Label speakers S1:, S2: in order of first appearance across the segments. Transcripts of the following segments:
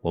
S1: 我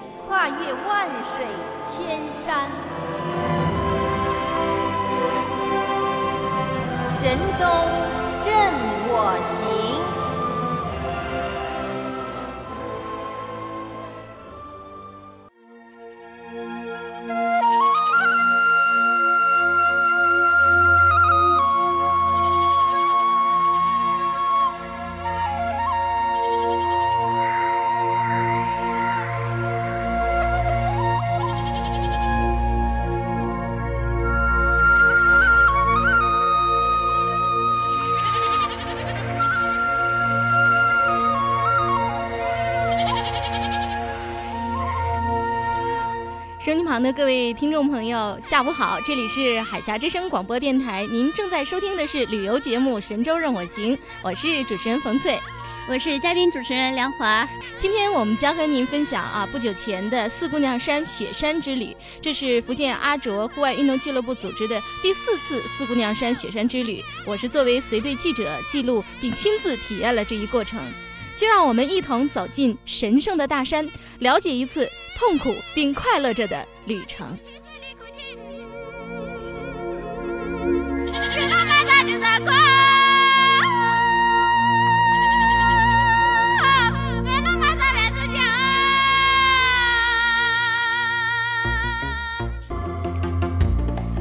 S2: 跨越万水千山，神州任我行。
S3: 收音机旁的各位听众朋友，下午好！这里是海峡之声广播电台，您正在收听的是旅游节目《神州任我行》，我是主持人冯翠。
S4: 我是嘉宾主持人梁华。
S3: 今天我们将和您分享啊，不久前的四姑娘山雪山之旅，这是福建阿卓户外运动俱乐部组织的第四次四姑娘山雪山之旅。我是作为随队记者记录并亲自体验了这一过程。就让我们一同走进神圣的大山，了解一次痛苦并快乐着的旅程。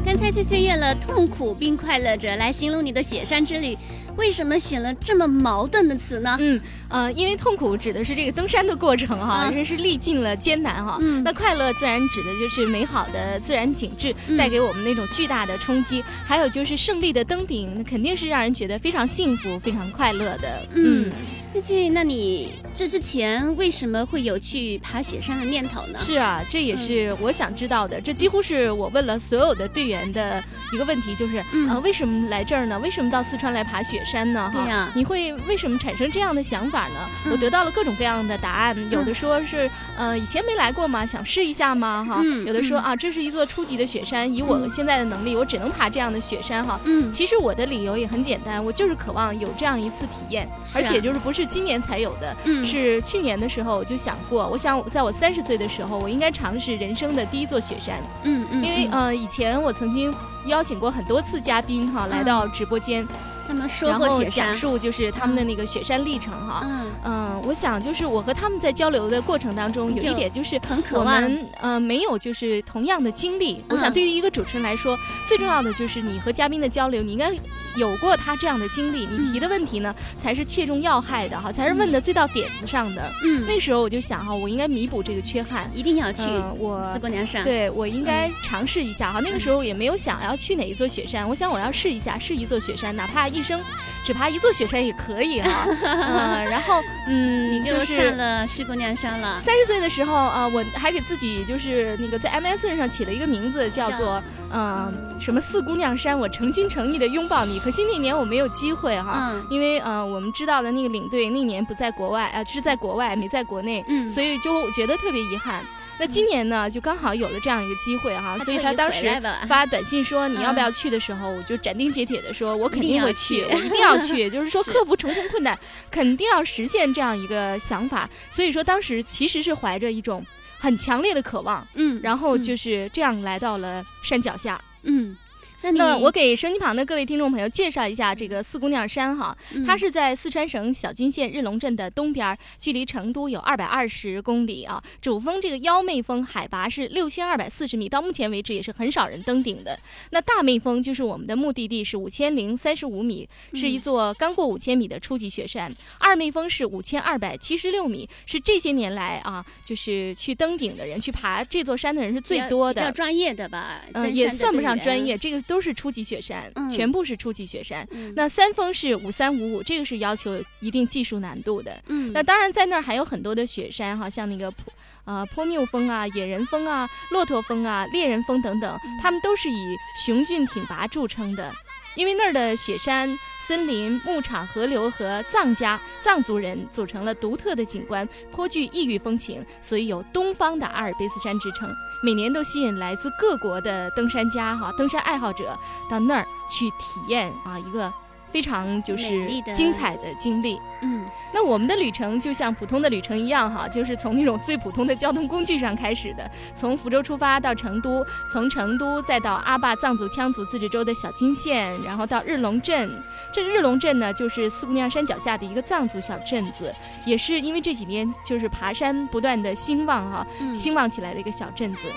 S4: 刚才却穿越了痛苦并快乐着来形容你的雪山之旅，为什么选了这么矛盾的词呢？
S3: 嗯，呃，因为痛苦指的是这个登山的过程哈，
S4: 嗯
S3: 人是历尽了艰难哈。
S4: 嗯
S3: 那快乐自然指的就是美好的自然景致
S4: 嗯
S3: 带给我们那种巨大的冲击，还有就是胜利的登顶，那肯定是让人觉得非常幸福、非常快乐的。
S4: 嗯，翠翠，那你这之前为什么会有去爬雪山的念头呢？嗯
S3: 是啊，这也是我想知道的。这几乎是我问了所有的队员的一个问题，就是、
S4: 嗯
S3: 呃，为什么来这儿呢？为什么到四川来爬雪山呢？哈
S4: 对呀
S3: 你会为什么产生这样的想法呢？
S4: 嗯
S3: 我得到了各种各样的答案，有的说是呃以前没来过嘛，想试一下嘛，哈，
S4: 嗯
S3: 有的说
S4: 嗯
S3: 啊这是一座初级的雪山，以我
S4: 嗯
S3: 现在的能力，我只能爬这样的雪山哈。
S4: 嗯，
S3: 其实我的理由也很简单，我就是渴望有这样一次体验，
S4: 是
S3: 而
S4: 啊
S3: 且就是不是今年才有的，
S4: 嗯，
S3: 是去年的时候我就想过，我想我在我三十岁的时候，我应该尝试人生的第一座雪山，
S4: 嗯嗯，
S3: 因为
S4: 嗯
S3: 呃以前我曾经邀请过很多次嘉宾哈、来到直播间，
S4: 嗯他们说
S3: 然
S4: 过
S3: 后
S4: 雪
S3: 讲
S4: 山，
S3: 述就是他们的那个雪山历程哈、
S4: 嗯，
S3: 嗯，我想就是我和他们在交流的过程当中，有一
S4: 就
S3: 点就是
S4: 很渴
S3: 我
S4: 望，
S3: 们呃没有就是同样的经历。我想
S4: 嗯
S3: 对于一个主持人来说，最重要的就是你和嘉宾的交流，你应该有过他这样的经历，你
S4: 嗯
S3: 提的问题呢才是切中要害的哈，才是问的最到点子上的。
S4: 嗯，
S3: 那时候我就想哈，我应该弥补这个缺憾。
S4: 一定要呃去
S3: 嗯，我
S4: 四姑娘山。
S3: 对我应
S4: 嗯
S3: 该尝试一下哈。那个时候也没有想要去哪一座雪山，我想我要试一下，试一座雪山，哪怕一生只爬一座雪山也可 以哈。嗯，然后嗯，
S4: 你
S3: 就嗯
S4: 就是上了四姑娘山了。
S3: 三十岁的时候啊、呃我还给自己就是那个在 MSN 上起了一个名字，叫做嗯、什么四姑娘山，我诚心诚意的拥抱你。可惜那年我没有机会哈，
S4: 嗯
S3: 因为呃我们知道的那个领队那年不在国外啊、呃是在国外没在国内，
S4: 嗯，
S3: 所以就觉得特别遗憾。那今年呢，就刚好有了这样一个机会哈、
S4: 他
S3: 所以
S4: 特
S3: 他
S4: 意
S3: 当
S4: 回
S3: 时
S4: 来吧
S3: 发短信说你要不
S4: 嗯
S3: 要去的时候，我就斩钉截铁的说，我肯
S4: 一定
S3: 定
S4: 要
S3: 会去，
S4: 去
S3: 我一定要去，就是说
S4: 是
S3: 克服重重困难，肯定要实现这样一个想法。所以说当时其实是怀着一种很强烈的渴望，
S4: 嗯，
S3: 然后
S4: 嗯
S3: 就是这样来到了山脚下。
S4: 嗯，那你
S3: 那我给收音机旁的各位听众朋友介绍一下这个四姑娘山哈，
S4: 嗯
S3: 它是在四川省小金县日隆镇的东边儿，距离成都有二百二十公里啊。主峰这个幺妹峰海拔是六千二百四十米，到目前为止也是很少人登顶的。那大妹峰就是我们的目的地，是五千零三十五米，是
S4: 嗯
S3: 一座刚过五千米的初级雪山。二妹峰是五千二百七十六米，是这些年来啊，就是去登顶的人、去爬这座山的人是最
S4: 比较
S3: 多的
S4: 比较。专业的吧，
S3: 呃，
S4: 登
S3: 也
S4: 山的
S3: 算不
S4: 队
S3: 上
S4: 员
S3: 专。业，这个都是初级雪山，
S4: 嗯
S3: 全部是初级雪山。
S4: 嗯
S3: 那三峰是五三五五，这个是要求有一定技术难度的。
S4: 嗯，
S3: 那当然，在那儿还有很多的雪山哈，像那个坡呃坡缪峰啊、野人峰啊、骆驼峰啊、猎人峰等等，
S4: 嗯
S3: 他们都是以雄峻挺拔著称的。因为那儿的雪山、森林、牧场、河流和藏家藏族人组成了独特的景观，颇具异域风情，所以有“东方的阿尔卑斯山”之称。每年都吸引来自各国的登山家哈、登山爱好者到那儿去体验啊一个非常就是
S4: 美丽的
S3: 精彩的经历。
S4: 嗯
S3: 那我们的旅程就像普通的旅程一样哈，就是从那种最普通的交通工具上开始的，从福州出发到成都，从成都再到阿坝藏族羌族自治州的小金县，然后到日隆镇。这个日隆镇呢，就是四姑娘山脚下的一个藏族小镇子，也是因为这几年就是爬山不断的兴旺哈，
S4: 嗯
S3: 兴旺起来的一个小镇子。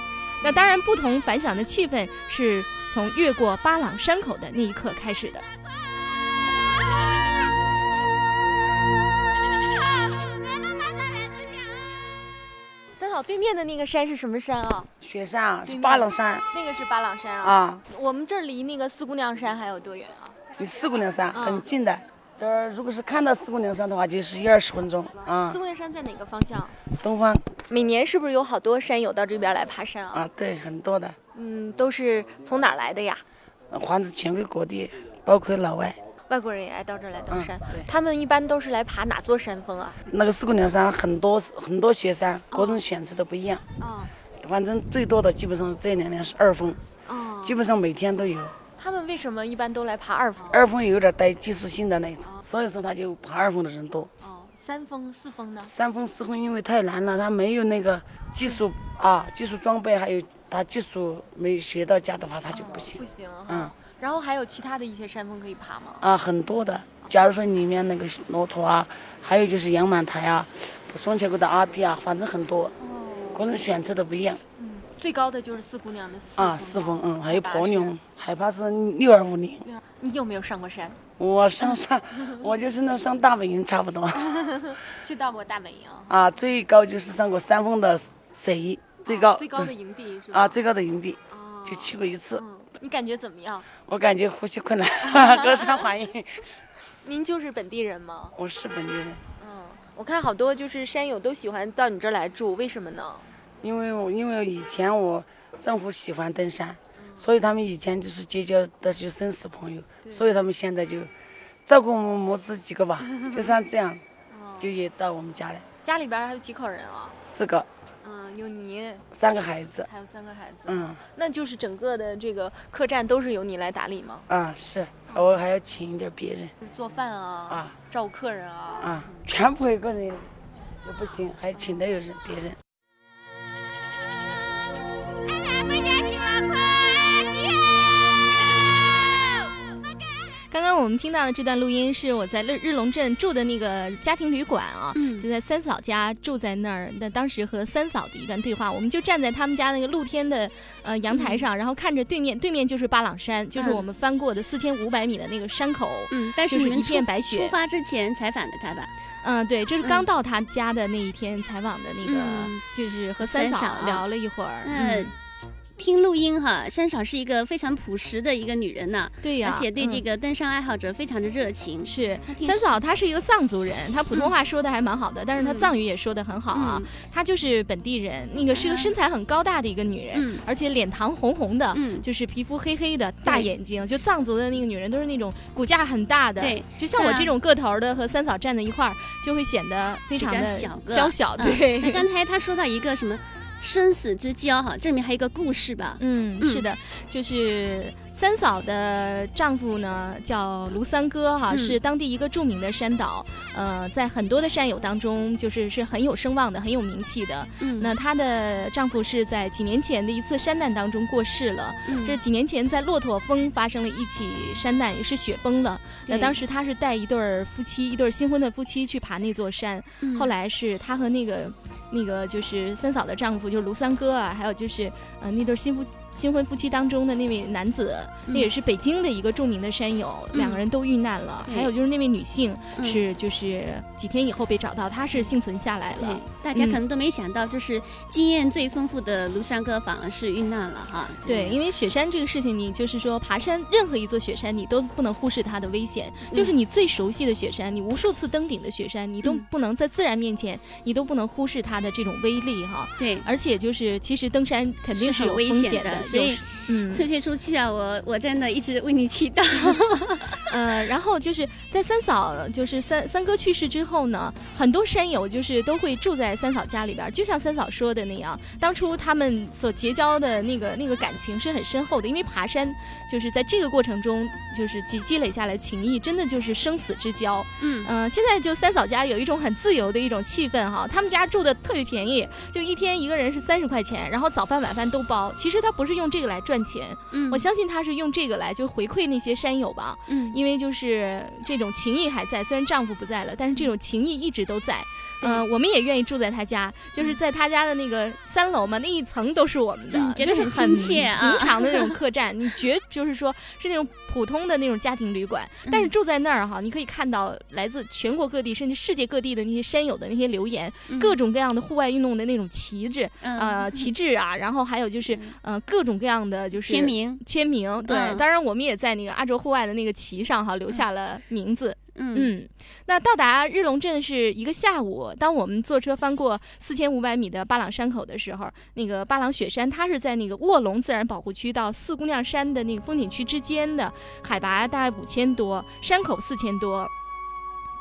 S3: 那当然，不同凡响的气氛是从越过巴朗山口的那一刻开始的。
S5: 三好对面的那个山是什么山啊？
S6: 雪山啊，是巴冷山
S5: 那个是巴朗山啊。
S6: 啊，
S5: 我们这儿离那个四姑娘山还有多远啊？
S6: 离四姑娘山
S5: 啊
S6: 很近的。这儿如果是看到四姑娘山的话，就是一二十分钟啊
S5: 四。姑娘山在哪个方向？
S6: 东方
S5: 每年是不是有好多山友到这边来爬山啊？
S6: 啊，对，很多的，
S5: 嗯，都是从哪儿来的呀？
S6: 环子全国各地，包括老外。
S5: 外国人也爱到这儿来登山
S6: 嗯对，
S5: 他们一般都是来爬哪座山峰啊？
S6: 那个四姑娘山很多很多雪
S5: 嗯
S6: 山，各种选择都不一样。
S5: 啊
S6: 反正最多的基本上是这两年是二峰，
S5: 啊，
S6: 基本上每天都有。
S5: 他们为什么一般都来爬二峰？
S6: 二峰有点带技术性的那一种，
S5: 嗯
S6: 所以说他就爬二峰的人多。
S5: 哦，三峰、四峰呢？
S6: 三峰四峰因为太难了，他没有那个技术啊，技术装备，还有他技术没学到家的话，他就不行
S5: 不行
S6: 嗯
S5: 哈。然后还有其他的一些山峰可以爬吗？
S6: 啊，很多的。假如说里面那个骆驼啊，还有就是羊满台啊，双桥沟的阿碧啊，反正很多，各种选择都不一样
S5: 嗯，最高的就是四姑娘的四
S6: 啊。
S5: 峰
S6: 四
S5: 吧
S6: 峰，嗯，还
S5: 海
S6: 有
S5: 拔
S6: 牦
S5: 是
S6: 牛，海拔是六二五零。
S5: 你有没有上过 山？
S6: 我上上，我就是那上大本营差不多
S5: 去到过大本营？
S6: 啊，最高就是上过三峰的水一，最高
S5: 啊最高的
S6: 对
S5: 营地是吧？
S6: 啊，最高的营地
S5: 啊
S6: 就去过一次。
S5: 嗯，你感觉怎么 样？
S6: 我感觉呼吸困难，高 山反应。
S5: 您就是本地人吗？
S6: 我是本地人，
S5: 嗯，我看好多就是山友都喜欢到你这儿来住，为什么呢？
S6: 因为我因为以前我丈夫喜欢登山，所以他们以前就是结交的是生死朋友，所以他们现在就照顾我们母子几个吧，就算这样，就也到我们家来。
S5: 哦家里边儿还有几口人啊？
S6: 这个
S5: 嗯，有你，
S6: 三个孩子，
S5: 还有三个孩子。，
S6: 嗯
S5: 那就是整个的这个客栈都是由你来打理吗？
S6: 啊是，我还要请一点别人
S5: 就是做饭啊，
S6: 啊
S5: 照顾客人啊。
S6: 啊，全部一个人也不行，还请的有人别人。
S3: 刚刚我们听到的这段录音是我在日日隆镇住的那个家庭旅馆啊，
S4: 嗯
S3: 就在三嫂家住在那儿。那当时和三嫂的一段对话，我们就站在他们家那个露天的呃阳台上，然后看着对面，对面就是巴朗山，就
S4: 嗯
S3: 是我们翻过的四千五百米的那个山口。
S4: 嗯，但是
S3: 就是
S4: 你们
S3: 一片
S4: 出
S3: 白雪
S4: 出发之前采访的他吧？
S3: 嗯、对，这是
S4: 嗯
S3: 刚到他家的那一天采访的那个，
S4: 嗯
S3: 就是和三
S4: 三嫂
S3: 嫂
S4: 啊
S3: 聊了一会儿。
S4: 那、
S3: 嗯，
S4: 听录音哈，三嫂是一个非常朴实的一个女人呐、
S3: 对呀、
S4: 而且对
S3: 嗯
S4: 这个登山爱好者非常的热情。
S3: 是
S4: 她听
S3: 三嫂，她是一个藏族人，她普通话说的还蛮好的，但是她
S4: 嗯
S3: 藏语也说的很好啊。
S4: 嗯
S3: 她就是本地人，那个是个
S4: 啊
S3: 身材很高大的一个女人，
S4: 嗯
S3: 而且脸庞红红的，
S4: 嗯
S3: 就是皮肤黑黑的，大眼睛。就藏族的那个女人都是那种骨架很大的，
S4: 对，啊
S3: 就像我
S4: 那
S3: 这种个头儿的和三嫂站在一块儿，就会显得非
S4: 比
S3: 常
S4: 较
S3: 的
S4: 小个，
S3: 娇小，
S4: 嗯
S3: 对。
S4: 那刚才她说到一个什么生死之交哈，这里面还有一个故事吧？
S3: 嗯，
S4: 嗯
S3: 是的，就是三嫂的丈夫呢叫卢三哥哈、
S4: 嗯
S3: 是当地一个著名的山导，呃，在很多的山友当中，就是是很有声望的，很有名气的。
S4: 嗯
S3: 那她的丈夫是在几年前的一次山难当中过世了。
S4: 嗯
S3: 这几年前在骆驼峰发生了一起山难，也是雪崩了。那
S4: 对
S3: 当时她是带一对儿夫妻，一对儿新婚的夫妻去爬那座山，
S4: 嗯
S3: 后来是她和那个那个就是三嫂的丈夫，就是卢三哥啊，还有就是呃那对新夫新婚夫妻当中的那位男子，那也是北京的一个著名的山友，
S4: 嗯
S3: 两个人都遇难了。
S4: 对
S3: 还有就是那位女性
S4: 嗯
S3: 是就是几天以后被找到，她是幸存下来
S4: 对
S3: 了。，
S4: 大家
S3: 嗯
S4: 可能都没想到，就是经验最丰富的庐山哥反而是遇难了哈。
S3: 对，因为雪山这个事情，你就是说爬山，任何一座雪山，你都不能忽视它的危险。
S4: 嗯
S3: 就是你最熟悉的雪山，你无数次登顶的雪山，你都
S4: 嗯
S3: 不能在自然面前，你都不能忽视它的这种威力哈。
S4: 对，
S3: 而且就是，其实登山肯定
S4: 是很
S3: 有
S4: 危
S3: 风
S4: 险
S3: 险
S4: 的
S3: 的，
S4: 所以
S3: 有时嗯
S4: 翠翠出去啊，我我真的一直为你祈祷。
S3: 呃，然后就是在三嫂，就是三三哥去世之后呢，很多山友就是都会住在三嫂家里边儿，就像三嫂说的那样，当初他们所结交的那个那个感情是很深厚的，因为爬山就是在这个过程中，就是积积累下来情谊，真的就是生死之交。
S4: 嗯
S3: 嗯、现在就三嫂家有一种很自由的一种气氛哈，他们家住的特别便宜，就一天一个人是三十块钱，然后早饭晚饭都包。其实他不是用这个来赚钱，
S4: 嗯
S3: 我相信他是用这个来就回馈那些山友吧。
S4: 嗯
S3: 因为就是这种情谊还在，虽然丈夫不在了，但是这种情谊一直都在。呃，我们也愿意住在他家，就是在他家的那个三楼嘛，那一层都是我们的，
S4: 嗯嗯觉得
S3: 就是
S4: 很
S3: 很
S4: 亲切啊
S3: 平常 的那种客栈，你绝就是说是那种普通的那种家庭旅馆，
S4: 嗯
S3: 但是住在那儿哈，你可以看到来自全国各地甚至世界各地的那些山友的那些留言，
S4: 嗯
S3: 各种各样的户外运动的那种旗帜，呃，旗帜啊，然后还有就是呃各种各样的就
S4: 嗯
S3: 是
S4: 签名，
S3: 签名，对，
S4: 嗯
S3: 当然我们也在那个阿卓户外的那个旗上哈留下了名字。
S4: 嗯
S3: 嗯，那到达日龙镇是一个下午。当我们坐车翻过四千五百米的巴朗山口的时候，那个巴朗雪山它是在那个卧龙自然保护区到四姑娘山的那个风景区之间的，海拔大概五千多，山口四千多。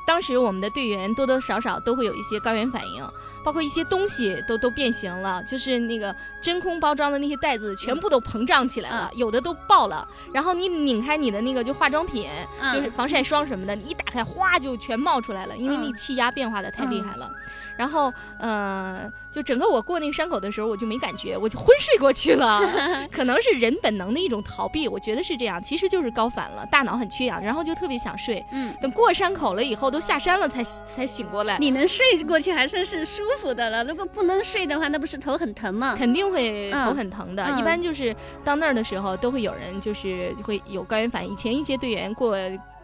S3: 当时我们的队员多多少少都会有一些高原反应，包括一些东西都都变形了，就是那个真空包装的那些袋子全部都膨胀起来了，
S4: 嗯
S3: 有的都爆了。然后你拧开你的那个就化妆品，
S4: 嗯
S3: 就是防晒霜什么的，你一打开，哗就全冒出来了，因为那
S4: 嗯
S3: 气压变化的太厉害了。然后，呃，就整个我过那个山口的时候，我就没感觉，我就昏睡过去 了，可能是人本能的一种逃避，我觉得是这样，其实就是高反了，大脑很缺氧，然后就特别想睡。
S4: 嗯，
S3: 等过山口了以后，都下山了才才醒过来，
S4: 你能睡过去还算是舒服的了，如果不能睡的话，那不是头很疼吗？
S3: 肯定会
S4: 嗯
S3: 呃头很疼的。
S4: 嗯
S3: 一般就是到那儿的时候，都会有人就是会有高原反应。以前一些队员过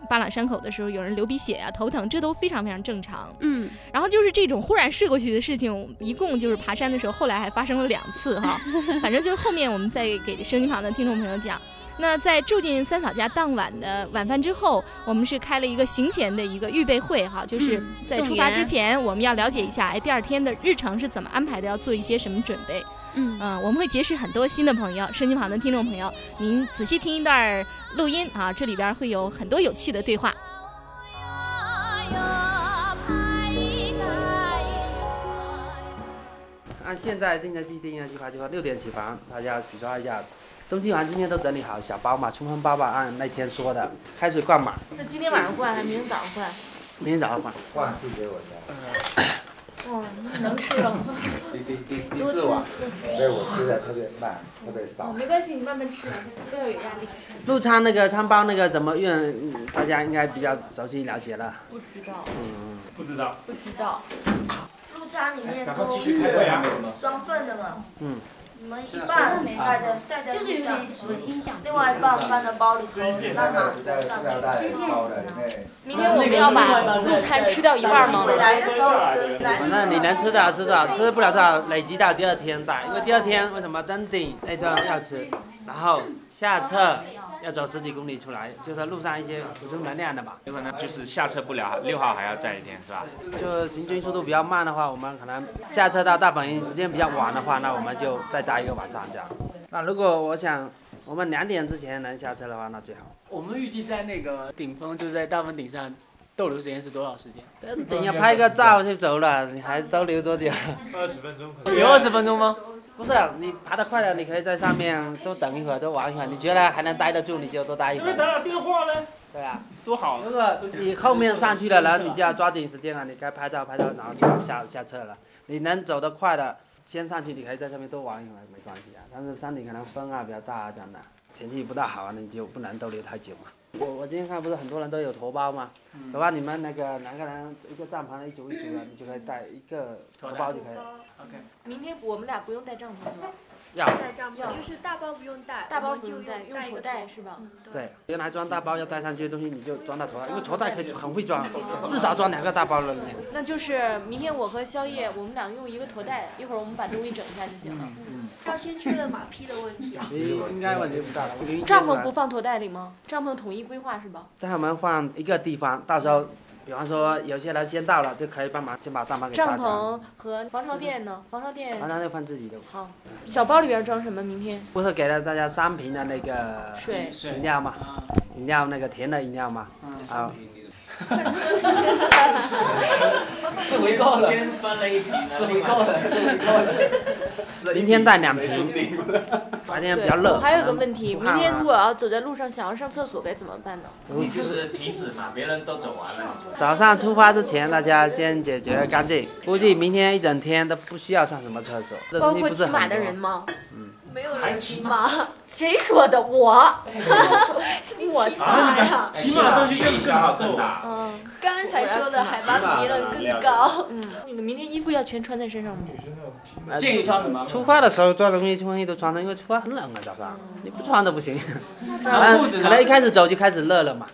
S3: 巴朗山口的时候，有人流鼻血啊、头疼，这都非常非常正常。
S4: 嗯
S3: 然后就是这种忽然睡过去的事情，一共就是爬山的时候，后来还发生了两次 哈。反正就是后面我们再给收音机旁的听众朋友讲。那在住进三嫂家当晚的晚饭之后，我们是开了一个行前的一个预备会哈，就是
S4: 嗯
S3: 在
S4: 动
S3: 出发
S4: 员
S3: 之前，我们要了解一下，哎，第二天的日程是怎么安排的，要做一些什么准备。
S4: 嗯
S3: 嗯、我们会结识很多新的朋友，收音机旁的听众朋友，您仔细听一段儿录音啊，这里边儿会有很多有趣的对话。
S7: 按啊现在定的既定的计划，就说六点起床，大家洗刷一下。东西好像今天都整理好，小包嘛，冲锋包吧，按那天说的，开水灌满，
S8: 那今天晚上灌还是明天早上灌？
S7: 明天早上灌。
S8: 哇，
S5: 哦
S8: 那能吃了吗？
S9: 第第第第四碗，所以我吃的特别慢，特别少。
S8: 没关系，你慢慢吃吧，不要有压力。
S7: 入仓那个仓包那个怎么用，嗯大家应该比较熟悉了解了。
S8: 不知道，
S9: 嗯不知道，
S8: 不知道。
S10: 入仓里面
S9: 然后
S10: 都
S9: 继续开会啊。
S10: 双份的嘛，
S7: 嗯，
S10: 你们一半带在带在路上吃， 另外一半放在包里头，
S9: 片
S10: 让拿
S9: 塑
S10: 带上
S9: 料袋包的，那
S8: 明天我们要把午餐吃掉一半吗？
S10: 回来的时候吃，来
S9: 啊
S7: 反
S10: 的时
S7: 正你
S10: 候
S7: 能吃多少吃多少，吃不了多少累积到第二天带，因为第二天为什么登顶那段要吃，然后下撤要走十几公里出来，就是路上一些补充能量的吧。
S9: 有可能就是下车不了，六号还要站一天是吧？
S7: 就行军速度比较慢的话，我们可能下车到大本营时间比较晚的话，那我们就再待一个晚上这样。那如果我想我们两点之前能下车的话，那最好。
S11: 我们预计在那个顶峰，就在大峰顶上逗留时间是多少时间？
S7: 等一下拍个照就走了，你还逗留多久？
S11: 有二十分钟吗？
S7: 不是，啊你爬得快了，你可以在上面多等一会儿，多玩一会儿。你觉得还能待得住，你就多待一
S11: 是不
S7: 会儿。
S11: 是打打电话嘞？
S7: 对啊，
S11: 多好！
S7: 如果你后面上去了，然后你就要抓紧时间了，你该拍照拍照，然后就下下车了。你能走得快的，先上去，你可以在上面多玩一会儿，没关系啊。但是山顶可能风啊比较大啊，这样的天气不大好啊，你就不能逗留太久嘛。我我今天看不是很多人都有头孢吗？头孢你们那个两个人一个帐篷一组一组的，你就可以带一个头孢就可以了。OK。
S8: 明天我们俩不用带帐篷了，
S7: 要
S10: 带帐篷，就是大包不用带，
S8: 大包
S10: 我们
S8: 不用嗯
S10: 就
S8: 带，
S10: 带嗯
S8: 用
S10: 一
S8: 口
S10: 个
S8: 袋是吧？
S7: 对，原来装大包要带上去的东西，你就装到头上，因为头袋可以很会装，至少装两个大包了。你
S8: 那就是明天我和宵夜，我们俩用一个头带，一会儿我们把东西整一下就行了。
S10: 要先确嗯认马匹的问题啊。
S7: 应该问题不大。
S8: 哎帐篷不放头带里吗？帐篷统一规划是吧？
S7: 但我们换一个地方，到时候，比方说有些人先到了，就可以帮忙先把帐篷给搭
S8: 帐
S7: 上。
S8: 篷和防潮垫呢？防潮垫
S7: 完了就放自己的。
S8: 好，小包里边装什么？明天
S7: 不是给了大家三瓶的那个
S8: 水
S7: 饮料嘛，饮料那个甜的饮料嘛，
S11: 嗯
S7: 啊，
S11: 是回购了，先翻了一瓶，是回购了，是回购了。
S7: 明天带两瓶，白天比较
S8: 对，
S7: 热。
S8: 我还有一个问题，
S7: 可
S8: 明
S7: 能出汗啊
S8: 天如果要走在路上想要上厕所该怎么办呢？
S7: 你
S12: 就是停止嘛，别人都走完了，你就
S7: 早上出发之前，大家先解决干净。估计明天一整天都不需要上什么厕所，这
S8: 包
S7: 东西
S8: 括
S7: 不是
S8: 骑
S7: 很
S8: 马的
S7: 多
S8: 人吗？
S10: 没有人嗯骑马，
S8: 谁说的？ 我，我骑马
S7: 啊
S8: 呀！
S10: 骑马上去
S7: 哎
S12: 就更难受了。
S8: 嗯，
S10: 刚才说的海
S8: 拔
S10: 拔比别人更高。
S8: 嗯，你们明天衣服要全穿在身上吗？
S7: 呃
S11: 建议穿什么啊
S7: 出发的时候抓的东西穿衣都穿上，因为出发很冷啊，早上你不穿都不行。
S11: 嗯那裤子呢嗯
S7: 可能一开始走就开始热了嘛，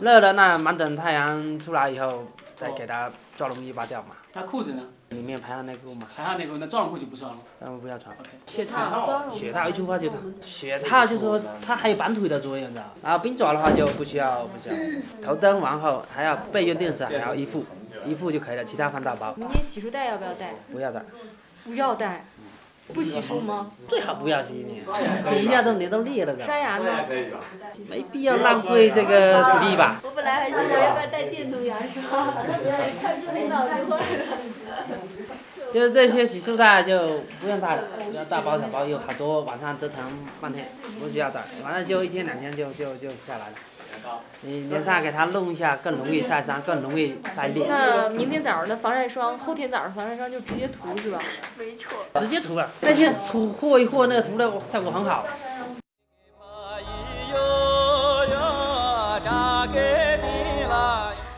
S7: 热了那满等太阳出来以后再给它抓绒衣扒掉嘛。
S11: 那裤子呢？
S7: 里面排汗内裤嘛，
S11: 嗯排汗内裤，那壮裤就不穿了。
S7: 那不要穿。
S8: 雪套
S7: 雪套一出发就
S11: 嗯
S7: 烫，雪套就说它还有绑腿的作用的，然后啊冰爪的话就不需要不需要。头灯完后还要备用电池，还要衣服，
S11: 嗯
S7: 衣服就可以了，其他放大包，
S8: 明天洗漱带要不要带？
S7: 不要的。
S8: 不要带，不洗漱吗？
S10: 嗯
S11: 哎
S7: 最好不要洗脸，洗一下都脸都裂了的。
S8: 刷牙呢？
S7: 没必要浪费这个体力吧。
S10: 啊我本来还想说要不要带电动牙刷，看就没脑子坏
S7: 就是这些洗漱袋就不用带了，不要大包小包，有好多晚上折腾半天，不需要带，完了就一天两天就就就下来了。你脸上给它弄一下，更容易晒伤，更容易晒裂。
S8: 那明天早上的防晒霜，后天早上防晒霜就直接涂是吧？
S10: 没错。
S7: 直接涂了，那些涂和一和那个涂的效果很好。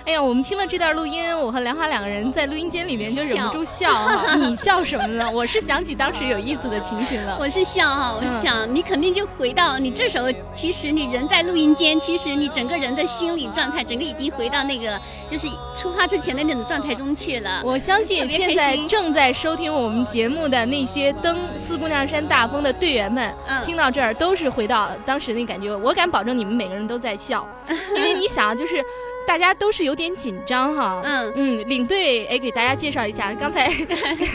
S3: 哎呀，我们听了这段录音，我和梁花两个人在录音间里面就忍不住笑哈。
S4: 笑
S3: 你笑什么呢？我是想起当时有意思的情形了。嗯
S4: 我是笑哈，我是想、你肯定就回到你这时候，其实你人在录音间，其实你整个人的心理状态，整个已经回到那个就是出发之前的那种状态中去了。
S3: 我相
S4: 特
S3: 信
S4: 别开
S3: 现在
S4: 心
S3: 正在收听我们节目的那些登四姑娘山大风的队员们，
S4: 嗯
S3: 听到这儿都是回到当时那感觉。我敢保证你们每个人都 在笑，因为你想，啊就是大家都是有点紧张哈。嗯嗯，领队哎，给大家介绍一下， 刚才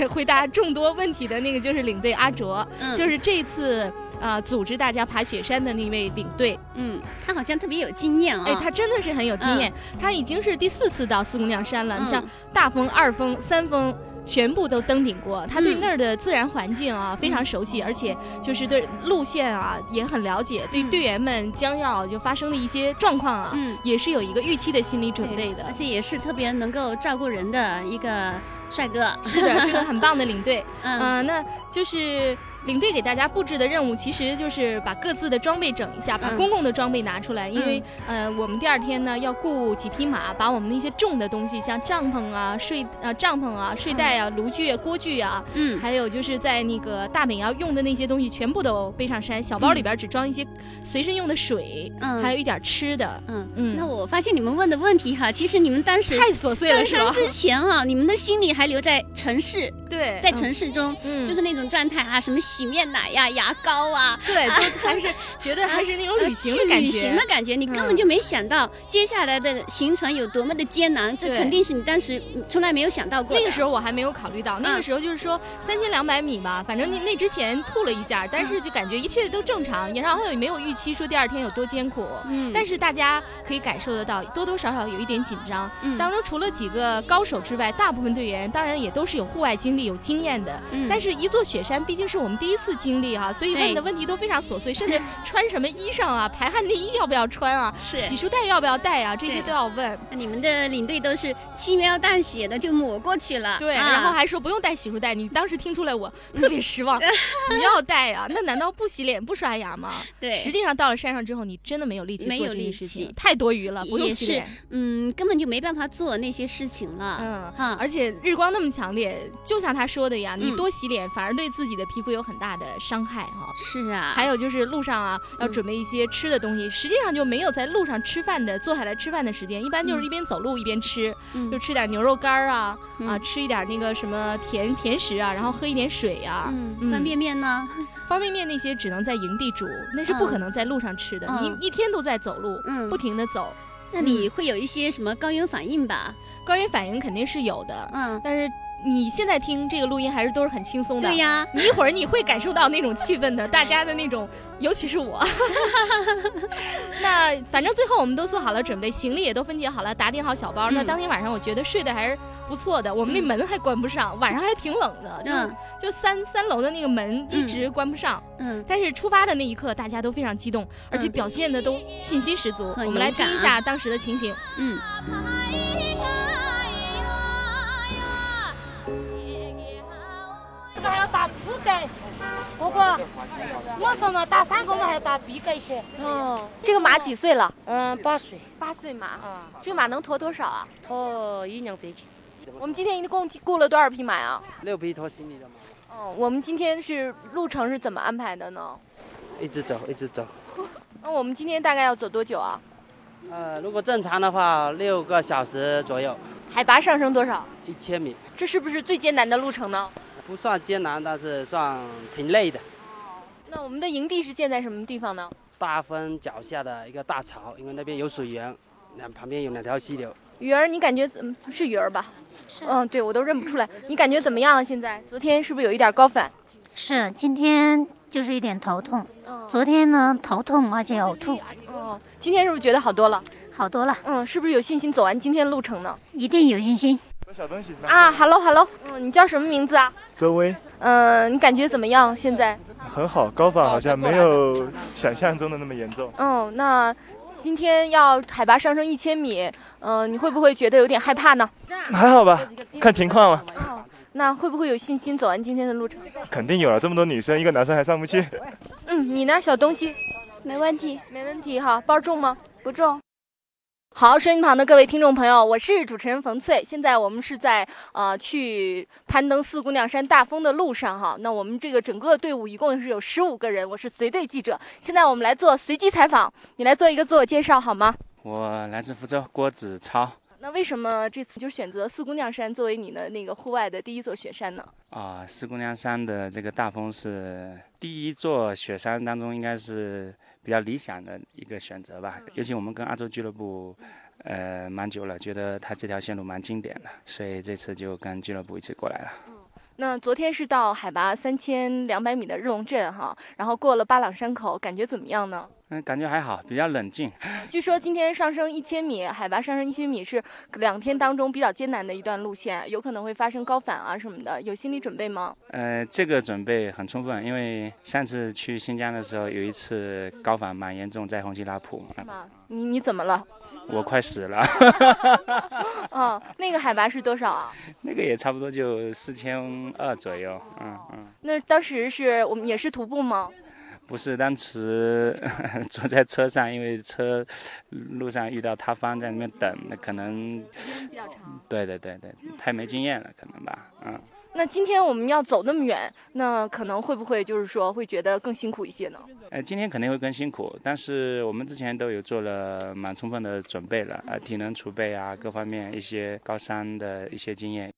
S3: 回答众多问题的那个就是领队阿卓，
S4: 嗯
S3: 就是这次呃组织大家爬雪山的那位领队。
S4: 嗯，他好像特别有经验啊、嗯
S3: 哎，他真的是很有经验，他已经是第四次到四姑娘山了。你像大峰、二峰、三峰。全部都登顶过，他对
S4: 嗯
S3: 那儿的自然环境啊、非常熟悉，而且就是对路线啊也很了解，对队员们将要就发生的一些状况啊，也是有一个预期的心理准备的。
S4: 嗯而且也是特别能够照顾人的一个帅哥。
S3: 是的，是个很棒的领队。
S4: 嗯
S3: 嗯、那就是领队给大家布置的任务，其实就是把各自的装备整一下，把
S4: 嗯
S3: 公共的装备拿出来，因为呃，我们第二天呢要雇几匹马，把我们那些重的东西，像帐篷啊、睡呃帐篷啊、睡袋啊、炉具啊、锅具啊，
S4: 嗯，
S3: 还有就是在那个大本要用的那些东西，全部都背上山，小包里边只装一些随身用的水，
S4: 嗯
S3: 还有一点吃的。
S4: 嗯
S3: 嗯，
S4: 那我发现你们问的问题哈，其实你们当时
S3: 太琐碎了
S4: 登
S3: 是吧
S4: 山之前啊， 你们的心里还留在城市，
S3: 对嗯
S4: 在城市中，就是那种状态啊，什么洗面奶呀、牙膏啊， 呃
S3: 对都还是觉得还是那种旅行的感觉嗯
S4: 旅行的感觉，你根本就没想到接下来的行程有多么的艰难，这
S3: 对
S4: 肯定是你当时从来没有想到过的。嗯
S3: 那个时候我还没有考虑到，那个时候就是说三千两百米吧，反正那那之前吐了一下，但
S4: 嗯
S3: 是就感觉一切都正常，然后也没有预期说第二天有多艰苦，
S4: 嗯
S3: 但是大家
S4: 嗯
S3: 可以感受得到，多多少少有一点紧张。当中除了几个高手之外，大部分队员人，当然也都是有户外经历、有经验的。
S13: 嗯
S3: 但是，一座雪山毕竟是我们第一次经历哈、所以问
S13: 对
S3: 的问题都非常琐 碎，甚至穿什么衣裳啊、排汗内衣要不要穿啊、
S13: 是
S3: 洗漱袋要不要带啊，这些都要问。
S13: 那你们的领队都是轻描淡写的就抹过去了，
S3: 对，
S13: 啊
S3: 然后还说不用带洗漱袋，你当时听出来我特别失 望，不要带呀、那难道不洗脸不刷牙吗？
S13: 对
S3: 实际上到了山上之后，你真的没有力气做
S13: 没有
S3: 这些
S13: 力
S3: 事情
S13: 气
S3: 太多余了，不用
S13: 也
S3: 洗
S13: 是
S3: 脸。，
S13: 嗯，根本就没办法做那些事情了。
S3: 嗯，而且日光那么强烈，就像他说的呀，你
S13: 嗯
S3: 多洗脸反而对自己的皮肤有很大的伤害哈、
S13: 是啊，嗯
S3: 还有就是路上啊，要准备一些吃的东西，实际上就没有在路上吃饭的，坐下来吃饭的时间，一般就是一边走路一边吃，
S13: 嗯
S3: 就吃点牛肉干儿啊，啊，吃一点那个什么甜甜食啊，然后喝一点水啊，
S13: 嗯，方便面呢？
S3: 方便面那些只能在营地煮，那是不可能在路上吃的。
S13: 嗯
S3: 你一天都在走路，不停的走，嗯
S13: 那你会有一些什么高原反应吧？
S3: 高原反应肯定是有的，
S13: 嗯，
S3: 但是。你现在听这个录音还是都是很轻松的，
S13: 对呀
S3: 你一会儿你会感受到那种气氛的，大家的那种，尤其是我。 那反正最后我们都做好了准备，行李也都分解好了，打点好小包。那
S13: 嗯
S3: 当天晚上我觉得睡得还是不错的，我们那门还关不上，晚上还挺冷的，就、
S13: 嗯
S3: 就三三楼的那个
S14: 嗯
S3: 门一直关不上。
S13: 嗯，
S3: 但是出发的那一刻，大家都非常激动，而
S14: 嗯
S3: 且表现的都信心十足。
S13: 很
S3: 我们来
S13: 勇
S3: 听
S13: 敢
S14: 啊
S3: 一下当时的情形。
S13: 嗯。
S4: 这个还要打补钙，婆婆，我什么打三个我们还要打 B 钙去。
S14: 哦，这个马几岁了？
S4: 嗯，八岁，
S14: 八岁马。
S4: 嗯
S14: 啊，这个马能驮多少啊？
S4: 哦，一两百斤。
S14: 我们今天一共雇了多少匹马呀、
S7: 六匹拖行李的嘛，
S14: 哦，我们今天是路程是怎么安排的呢？
S7: 一直走，一直走。
S14: 那我们今天大概要走多久啊？
S7: 呃，如果正常的话，六个小时左右，
S14: 海拔上升多少？
S7: 一千米，
S14: 这是不是最艰难的路程呢？
S7: 不算艰难，但是算挺累的。
S14: 那我们的营地是建在什么地方呢？
S7: 大峰脚下的一个大潮，因为那边有水源，那旁边有两条溪流。
S14: 鱼儿，你感觉怎么？是鱼儿吧？嗯，对，我都认不出来。你感觉怎么样了？现在昨天是不是有一点高反？
S4: 是，今天就是一点头痛，
S3: 嗯
S4: 昨天呢头痛而且呕吐，
S14: 哦，今天是不是觉得好多了？
S4: 好多了，
S14: 嗯，是不是有信心走完今天的路程呢？
S4: 一定有信心。
S15: 小东西
S14: 啊，Hello Hello，嗯，你叫什么名字啊？
S15: 周围
S14: 嗯、你感觉怎么样？现在？
S15: 很好，高反好像没有想象中的那么严重。
S14: 嗯，那今天要海拔上升一千米，嗯、你会不会觉得有点害怕呢？
S15: 还好吧，看情况吧，
S14: 那会不会有信心走完今天的路程？
S15: 肯定有了。这么多女生，一个男生还上不去。
S14: 嗯，你呢，小东西？
S16: 没问题，
S14: 没问题哈。包重吗？
S16: 不重。
S14: 好，收音机旁的各位听众朋友，我是主持人冯翠。现在我们是在呃去攀登四姑娘山大峰的路上哈。那我们这个整个队伍一共是有十五个人，我是随队记者。现在我们来做随机采访，你来做一个自我介绍好吗？
S17: 我来自福州，郭子超
S14: 那为什么这次就选择四姑娘山作为你的那个户外的第一座雪山呢？
S17: 啊。四姑娘山的这个大峰是第一座雪山当中，应该是比较理想的一个选择吧。尤其我们跟阿州俱乐部，呃，蛮久了，觉得它这条线路蛮经典的，所以这次就跟俱乐部一起过来了。
S14: 那昨天是到海拔三千两百米的日龙镇哈，然后过了巴朗山口，感觉怎么样呢？
S17: 嗯，感觉还好，比较冷静。
S14: 据说今天上升一千米，海拔上升一千米是两天当中比较艰难的一段路线，有可能会发生高反啊什么的，有心理准备吗？
S17: 呃，这个准备很充分，因为上次去新疆的时候，有一次高反蛮严重，在红旗拉普，
S14: 啊，你你怎么了？
S17: 我快死了。
S14: 啊，那个海拔是多少啊？
S17: 那个也差不多就四千二左右，嗯嗯，
S14: 那当时是我们也是徒步吗？
S17: 不是当时 坐在车上，因为车路上遇到塌方，在那边等，那可能，对对对对，太没经验了，可能吧，嗯。
S14: 那今天我们要走那么远，那可能会不会就是说会觉得更辛苦一些呢？
S17: 呃，今天肯定会更辛苦，但是我们之前都有做了蛮充分的准备了，呃，体能储备啊，各方面一些高山的一些经验。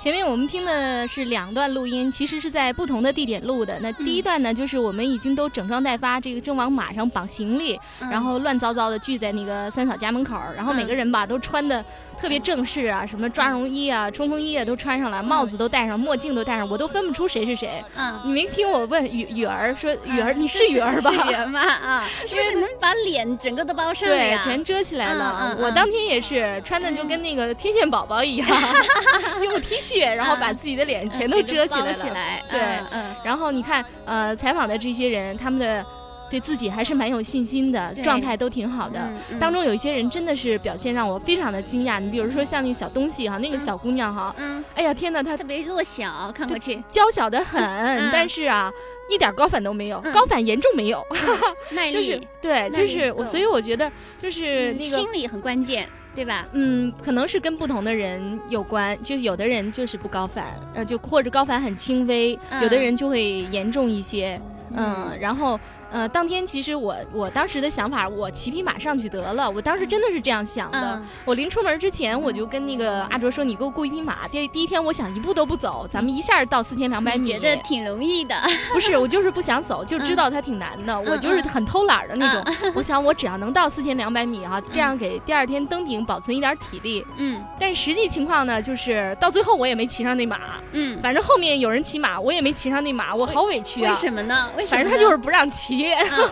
S3: 前面我们听的是两段录音，其实是在不同的地点录的。那
S4: 嗯
S3: 第一段呢，就是我们已经都整装待发，这个正往马上绑行李，
S8: 嗯
S3: 然后乱糟糟的聚在那个三嫂家门口
S4: 嗯
S3: 儿，然后每个人吧、都穿的特别正式啊，什么抓绒衣啊、冲锋衣啊都穿上了，帽子都戴上，墨镜都戴上，我都分不出谁是谁。
S4: 嗯，
S3: 你没听我问雨雨儿说雨儿、你
S4: 这
S3: 雨儿吧？
S4: 是雨儿吗？ 啊，是不是你们把脸整个都包上了
S3: 对
S4: 呀？，
S3: 全遮起来了
S4: 嗯。嗯
S3: 我当天也是穿的就跟那个天线宝 宝一样， 用 T 恤，然后把自己的脸全都遮起来
S4: 嗯嗯整个包起来
S3: 了。
S4: 嗯
S3: 对，然后你看，呃，采访的这些人，他们的。对自己还是蛮有信心的，
S4: 对
S3: 状态都挺好的。
S4: 嗯嗯
S3: 当中有一些人真的是表现让我非常的惊讶。你比如说像那个小东西哈，那个小姑娘哈，
S4: 嗯，
S3: 哎呀天哪，她
S4: 特别弱小，看过去
S3: 娇小的很，
S4: 嗯
S3: 但是啊，一点高反都没有，高反严重没有，
S4: 嗯 耐
S3: 就是
S4: 力
S3: 对，
S4: 耐
S3: 就
S4: 力
S3: 是我，
S4: 够嗯
S3: 所以我觉得就是那个
S4: 心理很关键，对吧？
S3: 嗯，可能是跟不同的人有关，就有的人就是不高反，呃，就或者高反很轻微，
S4: 嗯
S3: 有的人就会严重一些，嗯，
S4: 嗯
S3: 然后呃，当天其实我我当时的想法，我骑匹马上去得了，我当时真的是这样想的，
S4: 嗯
S3: 我临出门之前我就跟那个阿卓说，你给我雇一匹马，第第一天我想一步都不走，咱们一下到四千两百米，
S4: 嗯觉得挺容易的，嗯
S3: 不是，我就是不想走，就知道它挺难的，我就是很偷懒儿的那种。 我想我只要能到四千两百米哈、这样给第二天登顶保存一点体力。
S4: 嗯，
S3: 但实际情况呢，就是到最后我也没骑上那马。
S4: 嗯，
S3: 反正后面有人骑马，我也没骑上那马，我好委屈啊。
S4: 为什么呢？为什么
S3: 反
S4: 呢？
S3: 正他就是不让
S4: 啊
S3: 骑。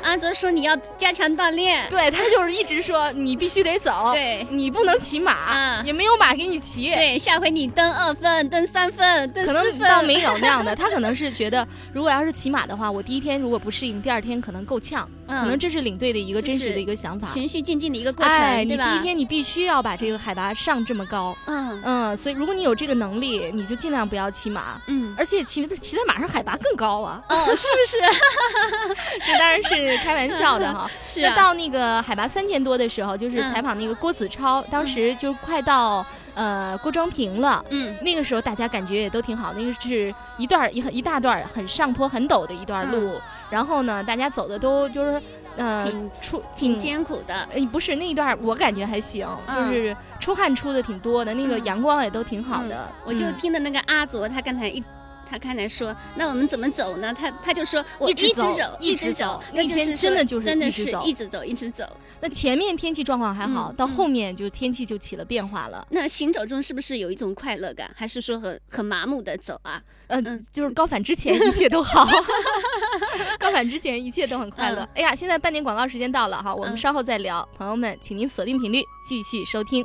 S4: 阿卓说你要加强锻炼，
S3: 对他就是一直说你必须得走，
S4: 对啊
S3: 你不能骑马，也没有马给你骑。
S4: 对，下回你蹬二分，蹬三分，蹬四
S3: 可能
S4: 分，
S3: 倒没有那样的，他可能是觉得，如果要是骑马的话，我第一天如果不适应，第二天可能够呛，
S4: 嗯
S3: 可能这是领队的一个
S4: 就
S3: 真实
S4: 是
S3: 的一个想法。
S4: 循序渐进的一个过程，
S3: 哎，
S4: 对
S3: 你第
S4: 吧？
S3: 一天你必须要把这个海拔上这么高，
S4: 嗯
S3: 所以如果你有这个能力，你就尽量不要骑马，
S4: 嗯，
S3: 而且骑骑在马上海拔更高啊，
S4: 哦，是不是？。
S3: 这当然是开玩笑的哈
S4: 是啊
S3: 那到那个海拔三千多的时候，就是
S4: 嗯
S3: 采访那个郭子超，当时就快到呃郭庄坪了。
S4: 嗯，
S3: 那个时候大家感觉也都挺好，那个是一段儿一很一大段儿很上坡很陡的一段路，然后呢，大家走的都就是。呃，
S4: 嗯挺
S3: 出
S4: 挺艰苦的
S3: 哎，不是那一段儿我感觉还行，就
S4: 嗯
S3: 是出汗出的挺多的，那个阳光也都挺好的。
S4: 我就
S3: 嗯
S4: 听的那个阿卓，他刚才哎一。他刚才说：“那我们怎么走呢？”他他就说：“我
S3: 一直
S4: 直
S3: 走
S4: 走，
S3: 一
S4: 一
S3: 直走
S4: 走。”
S3: 那
S4: 就
S3: 天
S4: 是
S3: 真的
S4: 说
S3: 就是
S4: 真
S3: 一
S4: 的
S3: 直
S4: 是
S3: 走
S4: 一直走，一直走。
S3: 那前面天气状况还好，
S4: 嗯
S3: 到后面就天气就起了变化了。
S4: 那行走中是不是有一种快乐感，还是说很很麻木的走啊？
S3: 嗯、就是高反之前一切都好， 高反之前一切都很快乐。
S4: 嗯
S3: 哎呀，现在半点广告时间到了哈，我们稍后再聊。朋友们，请您锁定频率，继续收听。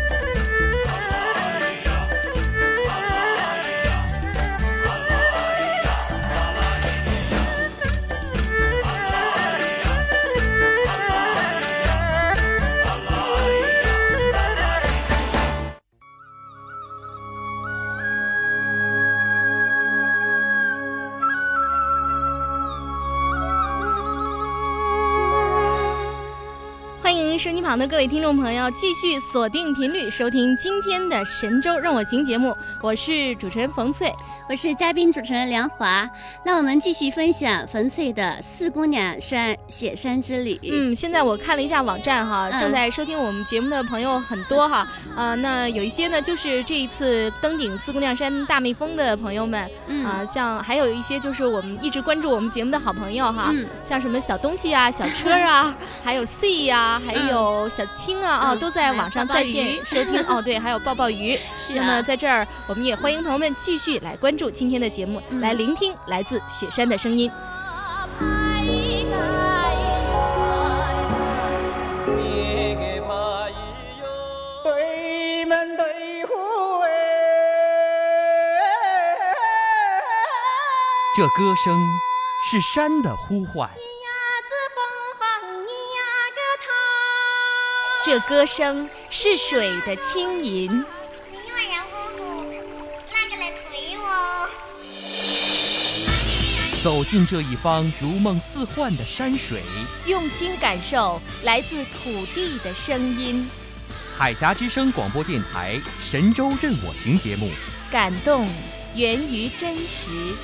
S3: 欢迎收音旁的各位听众朋友，继续锁定频率收听今天的《神州任我行》节目，我是主持人冯翠。
S4: 我是嘉宾主持人梁华，那我们继续分享冯翠的四姑娘山雪山之旅。
S3: 嗯，现在我看了一下网站哈，
S4: 嗯
S3: 啊正在收听我们节目的朋友很多哈，呃，那有一些呢，就是这一次登顶四姑娘山大蜜蜂的朋友们，啊、
S4: 嗯
S3: 像还有一些就是我们一直关注我们节目的好朋友哈，
S4: 嗯
S3: 像什么小东西啊、小车 啊，还有 C 呀、还有小青啊，啊、
S4: 嗯
S3: 都在网上在线
S4: 还有抱抱
S3: 收
S4: 鱼
S3: 听哦，对，还有抱抱鱼。
S4: 是
S3: 那
S4: 啊
S3: 么在这儿，我们也欢迎朋友们继续来关注今天的节
S4: 嗯
S3: 目，来聆听来自雪山的声音。
S18: 对门对户哎
S19: 这歌声是山的呼唤，
S20: 这歌声是水的轻吟，
S14: 那个来推我。
S19: 走进这一方如梦似幻的山水，
S20: 用心感受来自土地的声音，
S19: 海峡之声广播电台《神州任我行》节目，
S20: 感动源于真实。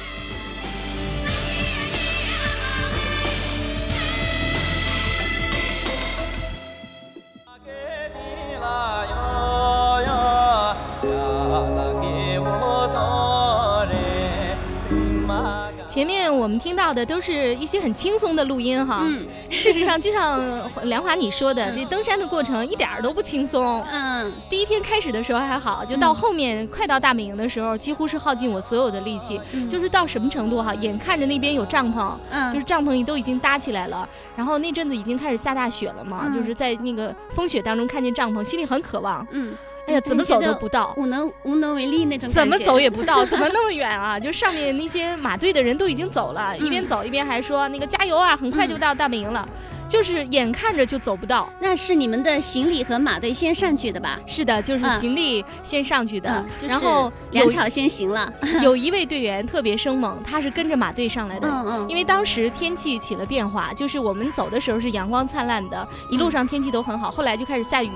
S3: 前面我们听到的都是一些很轻松的录音哈，
S4: 嗯，
S3: 事实上就像梁华你 说的，这登山的过程一点儿都不轻松。
S4: 嗯，
S3: 第一天开始的时候还好，就到后面、快到大本营的时候，几乎是耗尽我所有的力气。就是到什么程度哈，眼看着那边有帐篷，
S4: 嗯
S3: 就是帐篷都已经搭起来了，然后那阵子已经开始下大雪了嘛，
S4: 嗯
S3: 就是在那个风雪当中看见帐篷，心里很渴望。
S4: 嗯，
S3: 哎呀，
S4: 你
S3: 怎么
S4: 觉
S3: 走都
S4: 得
S3: 不到，
S4: 无能无能为力那种
S3: 怎
S4: 感
S3: 么
S4: 觉
S3: 走也不到，怎么那么远啊？就上面那些马队的人都已经走了，一边
S4: 嗯
S3: 走一边还说那个加油啊，很快就到大本营了，就是眼看着就走不到。
S4: 那是你们的行李和马队先上去的吧？
S3: 是的，就是行李先上去的，
S4: 嗯就是
S3: 然后
S4: 粮草先行了。
S3: 有一位队员特别生猛，他是跟着马队上来
S4: 嗯
S3: 的，因为当时天气起了变化，就是我们走的时候是阳光灿烂的，一路上天气都很好，后来就开始下雨，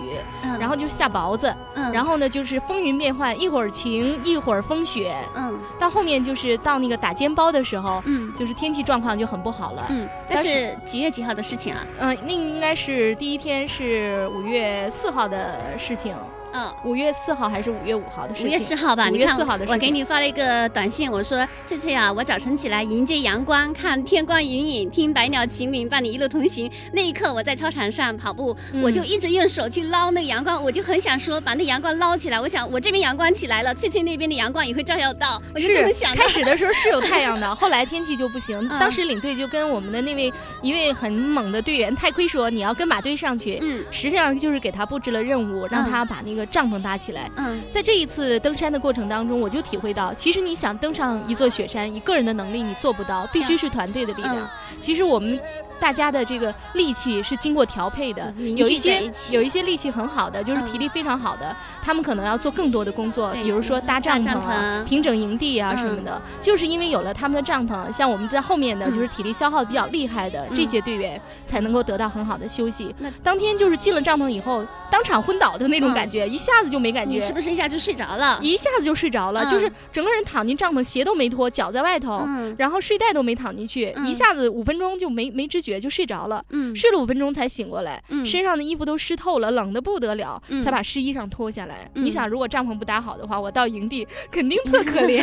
S4: 嗯
S3: 然后就下雹子，
S4: 嗯
S3: 然后呢就是风云变幻，一会儿晴，一会儿风雪，
S4: 嗯，
S3: 到后面就是到那个打尖包的时候，
S4: 嗯，
S3: 就是天气状况就很不好了，
S4: 嗯，但是几月几号的事情啊？
S3: 嗯、那应该是第一天是五月四号的事情。
S4: 嗯，
S3: 五月四号还是五月五号的事
S4: 五
S3: 情？
S4: 月四号吧，
S3: 五
S4: 你
S3: 月
S4: 看
S3: 四号的事情。
S4: 我给你发了一个短信，我说翠翠啊，我早晨起来迎接阳光，看天光云影，听百鸟齐鸣，伴你一路同行。那一刻我在操场上跑步，
S3: 嗯
S4: 我就一直用手去捞那个阳光，我就很想说把那阳光捞起来。我想我这边阳光起来了，翠翠那边的阳光也会照耀到，我就这么
S3: 是
S4: 想
S3: 开始的时候是有太 阳的，后来天气就不行。
S4: 嗯
S3: 当时领队就跟我们的那位一位很猛的队员太亏说，你要跟马队上去。
S4: 嗯，
S3: 实际上就是给他布置了任务，让
S4: 嗯
S3: 他把那个帐篷搭起来。
S4: 嗯，
S3: 在这一次登山的过程当中，我就体会到，其实你想登上一座雪山，一个人的能力你做不到，必须是团队的力量。
S4: 嗯
S3: 其实我们。大家的这个力气是经过调配的，
S4: 凝
S3: 有
S4: 聚
S3: 一些
S4: 在一起
S3: 有一些力气很好的，就是
S4: 嗯
S3: 体力非常好的，他们可能要做更多的工作，
S4: 对
S3: 比如说
S4: 搭
S3: 搭帐篷
S4: 帐篷
S3: 啊
S4: 啊、
S3: 平整营地啊什么
S4: 嗯
S3: 的。就是因为有了他们的帐篷，像我们在后面的就是体力消耗比较厉害的这
S4: 嗯
S3: 些队员，才能够得到很好的休息。当天就是进了帐篷以后，当场昏倒的那种感觉，一下子就没感
S4: 嗯
S3: 觉。
S4: 你是不是一下就睡着了？
S3: 一下子就睡着了，
S4: 嗯
S3: 就是整个人躺进帐篷，鞋都没脱，脚在外头，
S4: 嗯
S3: 然后睡袋都没躺进去，
S4: 嗯
S3: 一下子五分钟就没没知觉就睡着了，
S4: 嗯
S3: 睡了五分钟才醒过来，
S4: 嗯
S3: 身上的衣服都湿透了，冷的不得了，
S4: 嗯
S3: 才把湿衣裳脱下来。
S4: 嗯
S3: 你想，如果帐篷不搭好的话，我到营地肯定特可怜。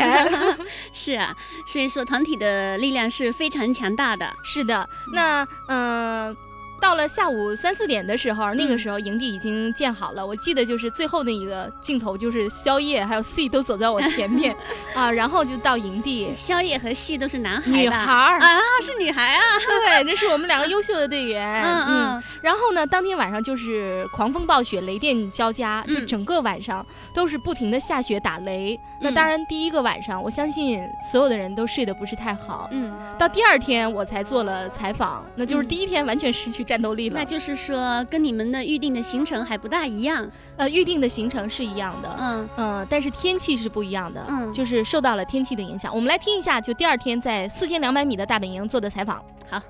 S4: 是啊，所以说团体的力量是非常强大的。
S3: 是的，那嗯、呃到了下午三四点的时候，那个
S4: 嗯
S3: 时候营地已经建好了。我记得就是最后那一个镜 头，就是宵夜还有 C 都走在我前面啊，然后就到营地。
S4: 宵夜和戏都是男孩吧？
S3: 女孩儿
S4: 啊，是女孩啊。
S3: 对，这是我们两个优秀的队员。
S4: 嗯嗯
S3: 然后呢，当天晚上就是狂风暴雪、雷电交加，
S4: 嗯
S3: 就整个晚上都是不停的下雪打雷。
S4: 嗯
S3: 那当然，第一个晚上，我相信所有的人都睡得不是太好。
S4: 嗯，
S3: 到第二天我才做了采访，那就是第一天完全失去战斗力了。
S4: 那就是说，跟你们的预定的行程还不大一样。
S3: 呃，预定的行程是一样的，
S4: 嗯
S3: 嗯，但是天气是不一样的，
S4: 嗯
S3: 就是受到了天气的影响。我们来听一下，就第二天在四千两百米的大本营做的采访。
S4: 好，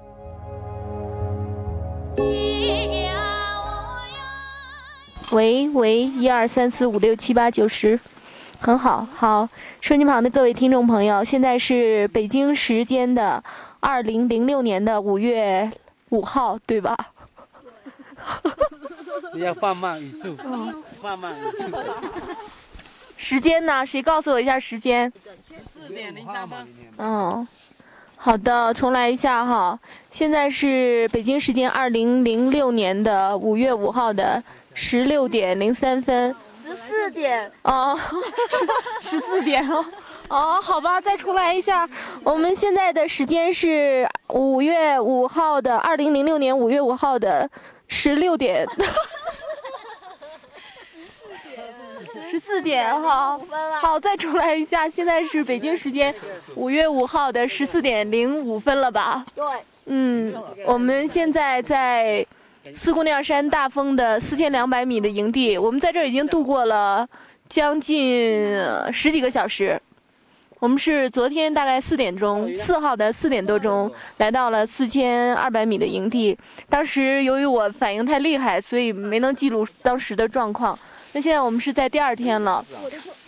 S14: 喂喂，一二三四五六七八九十，很好，好，收音机旁的各位听众朋友，现在是北京时间的二零零六年的五月五号，对吧？
S7: 你 要放慢语速，放慢语速。
S14: 时间呢？谁告诉我一下时间？
S7: 四点零三分。
S14: 嗯，好的，重来一下哈。现在是北京时间二零零六年的五月五号的十六点零三分。
S21: 十四点，
S14: 哦，十四点哦。哦，好吧，再重来一下。我们现在的时间是五月五号的，二零零六年五月五号的十六点，十四点哈。好，再重来一下。现在是北京时间五月五号的十四点零五分了吧？
S21: 对，
S14: 嗯，我们现在在四姑娘山大峰的四千两百米的营地，我们在这儿已经度过了将近呃十几个小时。我们是昨天大概四点钟，四号的四点多钟来到了四千二百米的营地。当时由于我反应太厉害，所以没能记录当时的状况。那现在我们是在第二天了，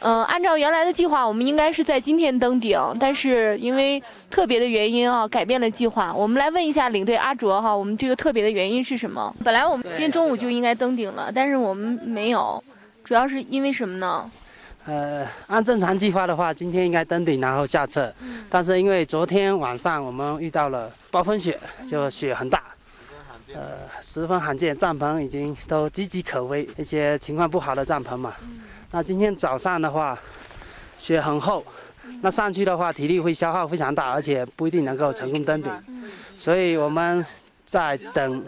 S14: 嗯、按照原来的计划，我们应该是在今天登顶，但是因为特别的原因啊，改变了计划。我们来问一下领队阿卓哈，我们这个特别的原因是什么？本来我们今天中午就应该登顶了，但是我们没有，主要是因为什么呢？
S7: 呃，按正常计划的话，今天应该登顶然后下撤，但是因为昨天晚上我们遇到了暴风雪，就雪很大，呃，十分罕见，帐篷已经都岌岌可危，一些情况不好的帐篷嘛。那今天早上的话，雪很厚，那上去的话体力会消耗非常大，而且不一定能够成功登顶，所以我们在等，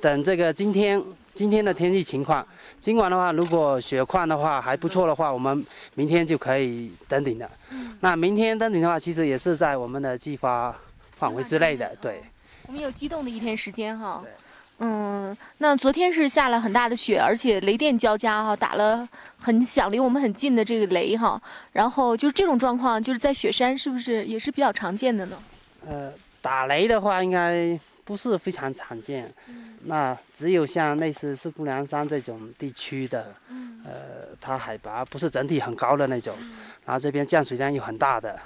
S7: 等这个今天今天的天气情况。今晚的话，如果雪况的话还不错的话，我们明天就可以登顶了。
S14: 嗯
S7: 那明天登顶的话，其实也是在我们的计划范围之内的，对。
S14: 我们有激动的一天时间哈。嗯，那昨天是下了很大的雪，而且雷电交加哈，打了很响，离我们很近的这个雷哈。然后就是这种状况，就是在雪山是不是也是比较常见的呢？
S7: 呃，打雷的话应该不是非常常见，那只有像类似四姑娘山这种地区的，呃，它海拔不是整体很高的那种，然后这边降水量又很大的，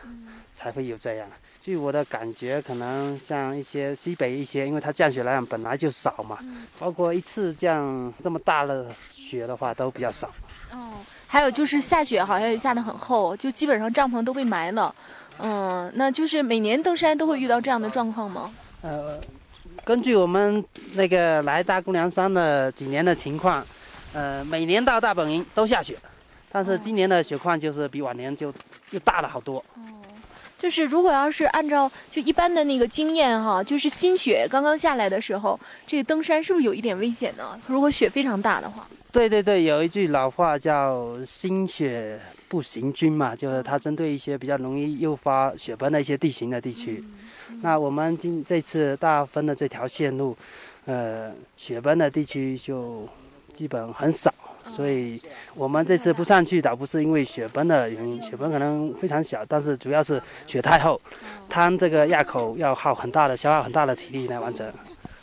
S7: 才会有这样。据我的感觉，可能像一些西北一些，因为它降雪量本来就少嘛，包括一次降这么大的雪的话都比较少。
S14: 哦，还有就是下雪好像也下得很厚，就基本上帐篷都被埋了。嗯，那就是每年登山都会遇到这样的状况吗？
S7: 呃，根据我们那个来大姑娘山的几年的情况，呃，每年到大本营都下雪，但是今年的雪况就是比往年就又大了好多。
S14: 就是如果要是按照就一般的那个经验哈，就是新雪刚刚下来的时候，这个登山是不是有一点危险呢？如果雪非常大的话，
S7: 对对对，有一句老话叫“新雪不行军”嘛，就是它针对一些比较容易诱发雪崩的一些地形的地区。那我们今这次大分的这条线路，呃，雪崩的地区就基本很少，所以我们这次不上去，倒不是因为雪崩的原因，雪崩可能非常小，但是主要是雪太厚，趟这个垭口要耗很大的消耗很大的体力来完成。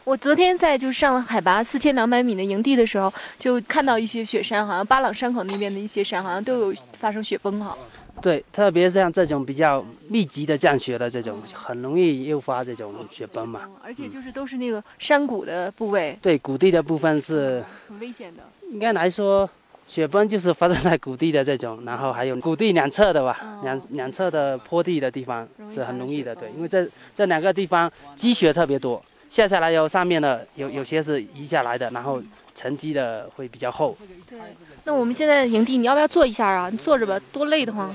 S14: 我昨天在就上了海拔四千两百米的营地的时候，就看到一些雪山，好像巴朗山口那边的一些山好像都有发生雪崩哈。
S7: 对，特别像这种比较密集的降雪的这种，很容易诱发这种雪崩嘛。
S14: 而且就是都是那个山谷的部位，
S7: 对，谷地的部分是
S14: 很危险的。
S7: 应该来说，雪崩就是发生在谷地的这种，然后还有谷地两侧的吧，两两侧的坡地的地方是很容易的，对，因为这这两个地方积雪特别多，下下来以后上面的有有些是移下来的，然后沉积的会比较厚。
S14: 那我们现在的营地，你要不要坐一下啊？你坐着吧，多累得慌。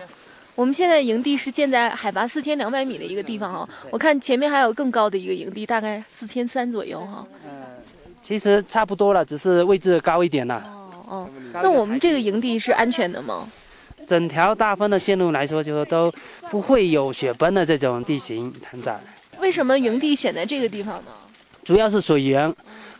S14: 我们现在营地是建在海拔四千两百米的一个地方啊，我看前面还有更高的一个营地，大概四千三左右哈、
S7: 其实差不多了，只是位置高一点了。
S14: 哦，那我们这个营地是安全的吗？
S7: 整条大分的线路来说，就是都不会有雪崩的这种地形存在，
S14: 为什么营地选在这个地方呢？
S7: 主要是水源，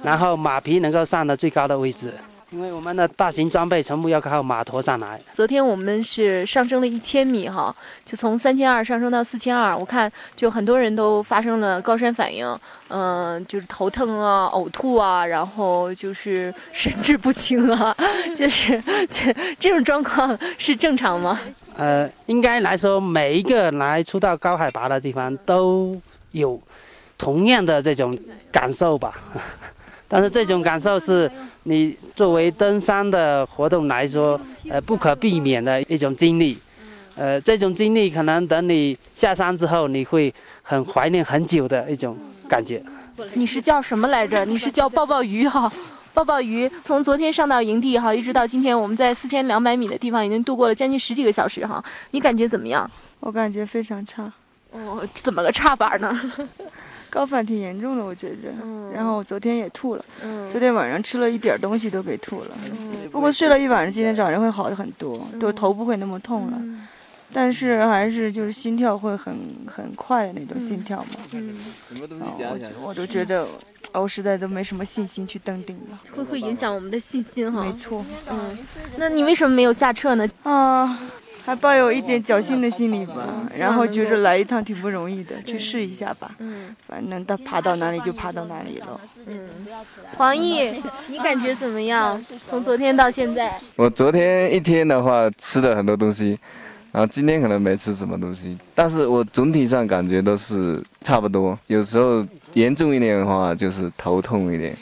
S7: 然后马匹能够上的最高的位置，因为我们的大型装备全部要靠马驮上来。
S14: 昨天我们是上升了一千米哈，就从三千二上升到四千二，我看就很多人都发生了高山反应，嗯、就是头疼啊、呕吐啊，然后就是神志不清啊， 就是这这种状况是正常吗？
S7: 呃，应该来说，每一个来出到高海拔的地方都有同样的这种感受吧。 但是这种感受是你作为登山的活动来说，呃，不可避免的一种经历。呃，这种经历可能等你下山之后，你会很怀念很久的一种感觉。
S14: 你是叫什么来着？你是叫抱抱鱼哈、抱抱鱼，从昨天上到营地哈，一直到今天，我们在四千两百米的地方已经度过了将近十几个小时哈。你感觉怎么样？
S21: 我感觉非常差，
S14: 哦，怎么个差法呢？
S21: 高反挺严重的，我觉着。
S14: 嗯
S21: 然后我昨天也吐了，昨天晚上吃了一点东西都给吐了。
S14: 嗯
S21: 不过睡了一晚上，今天早上会好很多，就头不会那么痛了。
S14: 嗯
S21: 但是还是就是心跳会很很快的那种
S14: 嗯
S21: 心跳嘛。
S11: 什么东
S21: 啊
S1: 哦
S21: 我觉我都觉得，啊我实在都没什么信心去登顶了。
S14: 会会影响我们的信心哈。没
S21: 错，
S14: 嗯，那你为什么没有下撤呢？
S21: 啊、还抱有一点侥幸的心理吧，
S14: 嗯
S21: 然后觉着来一趟挺不容易的，去试一下吧。
S5: 嗯，
S21: 反正能到爬到哪里就爬到哪里喽。
S8: 嗯，黄奕，你感觉怎么样？从昨天到现在，
S1: 我昨天一天的话吃了很多东西，然后啊今天可能没吃什么东西，但是我总体上感觉都是差不多。有时候严重一点的话就是头痛一点，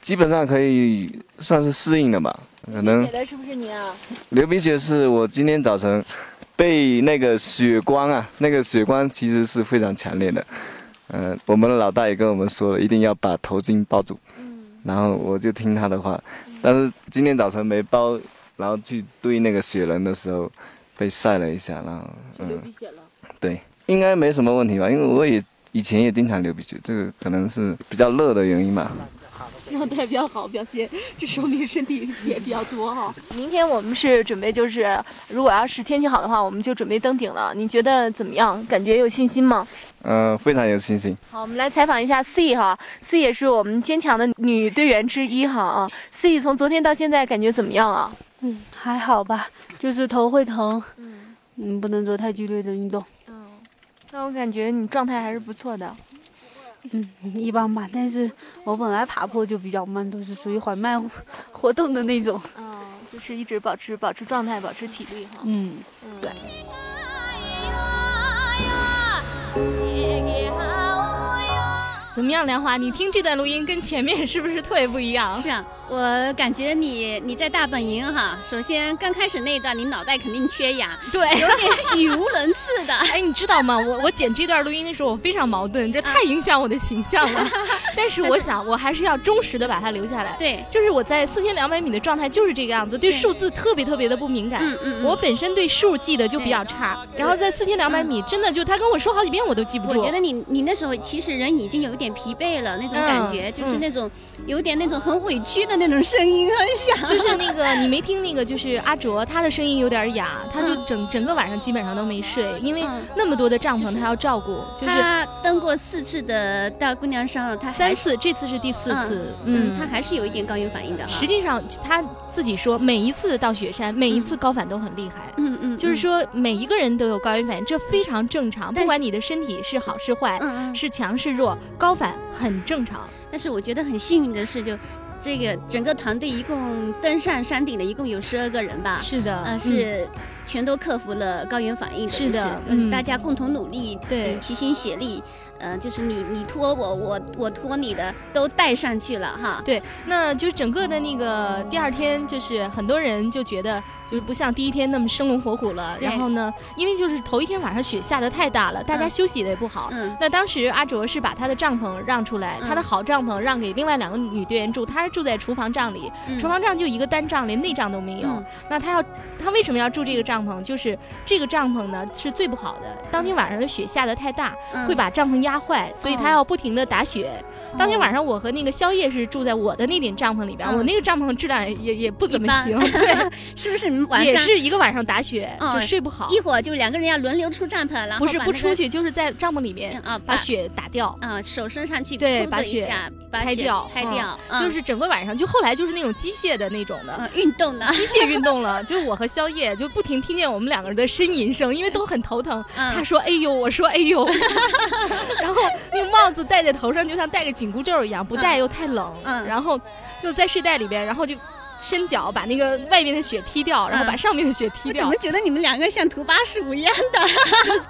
S1: 基本上可以算是适应了吧。可能
S8: 写的是不是你啊？
S1: 流鼻血是我今天早晨被那个血光啊，那个血光其实是非常强烈的。嗯、我们的老大也跟我们说了，一定要把头巾包住。然后我就听他的话，但是今天早晨没包，然后去堆那个雪人的时候被晒了一下，然后嗯，
S8: 血了。
S1: 对，应该没什么问题吧？因为我也以前也经常流鼻血，这个可能是比较热的原因吧。
S3: 状态比较好，表现这说明身体血比较多哈、
S8: 明天我们是准备就是，如果要是天气好的话，我们就准备登顶了。你觉得怎么样？感觉有信心吗？
S1: 嗯、非常有信心。
S8: 好，我们来采访一下 C 哈，C 也是我们坚强的女队员之一哈啊。C 从昨天到现在感觉怎么样啊？
S22: 嗯，还好吧，就是头会疼。嗯，不能做太剧烈的运动。
S8: 那我感觉你状态还是不错的。
S22: 嗯，一般吧。但是我本来爬坡就比较慢，都是属于缓慢活动的那种。
S8: 嗯，就是一直保持保持状态，保持体力哈。
S22: 嗯，
S8: 对。怎么样，梁华？你听 这段录音跟前面是不是特别不一样？
S4: 是啊，我感觉你你在大本营哈，首先刚开始那一段你脑袋肯定缺氧，
S8: 对，
S4: 有点语无伦次的。
S3: 哎，你知道吗？我我剪这段录音的时候，我非常矛盾，这
S4: 啊
S3: 太影响我的形象 了。但是我想，我还是要忠实的把它留下来。
S4: 对，
S3: 就是我在四千两百米的状态就是这个样子，对数字特别特别的不敏感。
S4: 嗯嗯嗯
S3: 我本身对数记得就比较差，然后在四千两百米，真的就他跟我说好几遍，我都记不
S4: 嗯我
S3: 住。
S4: 觉得你你那时候其实人已经有一点疲惫了，那种感觉、
S3: 嗯
S4: 就是
S3: 嗯
S4: 那种有点那种很委屈的那种声音，很想
S3: 就是那个，你没听那个，就是阿卓，他的声音有点哑，他
S4: 嗯
S3: 就整整个晚上基本上都没睡，因为那么多的帐篷他要照顾，就是
S4: 他登过四次的大姑娘山了，他
S3: 三次，这次是第四次，嗯，
S4: 他还是有一点高原反应的哈。
S3: 实际上他自己说，每一次到雪山，每一次高反都很厉害。
S4: 嗯嗯，
S3: 就是
S4: 嗯
S3: 说，每一个人都有高原反应，这非常正常。
S4: 但嗯
S3: 不管你的身体是好是坏，是强是弱，高反很正常。
S4: 但是我觉得很幸运的是就。这个整个团队一共登上山顶的，一共有十二个人吧。
S3: 是的嗯
S4: 呃，是全都克服了高原反应。
S3: 是
S4: 的
S3: 的
S4: 是，就是
S3: 嗯
S4: 大家共同努力，
S3: 对
S4: 嗯齐心协力，呃，就是你你拖我，我我拖你的，都带上去了哈。
S3: 对，那就是整个的那个第二天，就是很多人就觉得就是不像第一天那么生龙活虎了。
S4: 对
S3: 然后呢，因为就是头一天晚上雪下的太大了，大家
S4: 嗯
S3: 休息的也不好。
S4: 嗯
S3: 那当时阿卓是把他的帐篷让出来，他的好帐篷让给另外两个女队员住，他是住在厨房帐里，
S4: 嗯
S3: 厨房帐就一个单帐，连内帐都没有。
S4: 嗯
S3: 那他要他为什么要住这个帐篷？就是这个帐篷呢是最不好的，当天晚上的雪下的太大，
S4: 嗯
S3: 会把帐篷压坏，所以他
S8: 嗯
S3: 要不停的打雪。当天晚上，我和那个宵夜是住在我的那顶帐篷里边，
S4: 嗯
S3: 我那个帐篷质量也也不怎么 行，
S4: 一般
S3: 对，
S4: 是不是你们晚上
S3: 也是一个晚上打雪，
S4: 嗯
S3: 就睡不好。
S4: 一会儿就两个人要轮流出帐篷，然后
S3: 不是
S4: 把
S3: 不
S4: 那
S3: 出
S4: 个
S3: 去，就是在帐篷里面
S4: 啊
S3: 把雪打掉
S4: 啊，手伸上去
S3: 对，
S4: 扑
S3: 把
S4: 的一
S3: 雪
S4: 下把
S3: 拍
S4: 雪
S3: 掉，
S4: 拍
S3: 嗯
S4: 掉嗯
S3: 就是整个晚上就后来就是那种机械的那种的
S4: 运动的
S3: 机械运动了，就我和宵夜就不停听见我们两个人的呻吟声，因为都很头疼。
S4: 嗯
S3: 他说哎呦，我说 哎呦，然后那个帽子戴在头上就像戴个紧箍咒一样，不
S4: 嗯
S3: 戴又太冷，然后就在睡袋里边，然后就。伸脚把那个外面的雪踢掉，然后把
S4: 嗯
S3: 上面的雪踢
S4: 我
S3: 掉。
S4: 怎么觉得你们两个像土巴鼠一样的？ 嗯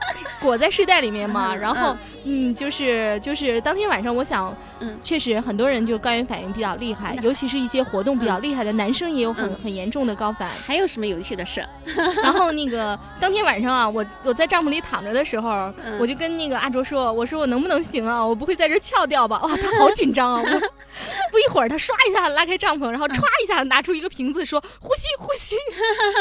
S3: 裹在睡袋里面嘛，然后嗯，就是就是当天晚上，我想，
S4: 嗯，
S3: 确实很多人就高原反应比较厉害，尤其是一些活动比较厉害的男生也有很
S4: 嗯
S3: 很严重的高反。
S4: 还有什么有趣的事？
S3: 然后那个当天晚上啊，我我在帐篷里躺着的时候，
S4: 嗯
S3: 我就跟那个阿卓说，我说我能不能行啊？我不会在这儿翘掉吧？哇，他好紧张啊！我不一会儿，他唰一下拉开帐篷，然
S4: 嗯
S3: 后歘一下拿出一个瓶子说呼吸呼吸，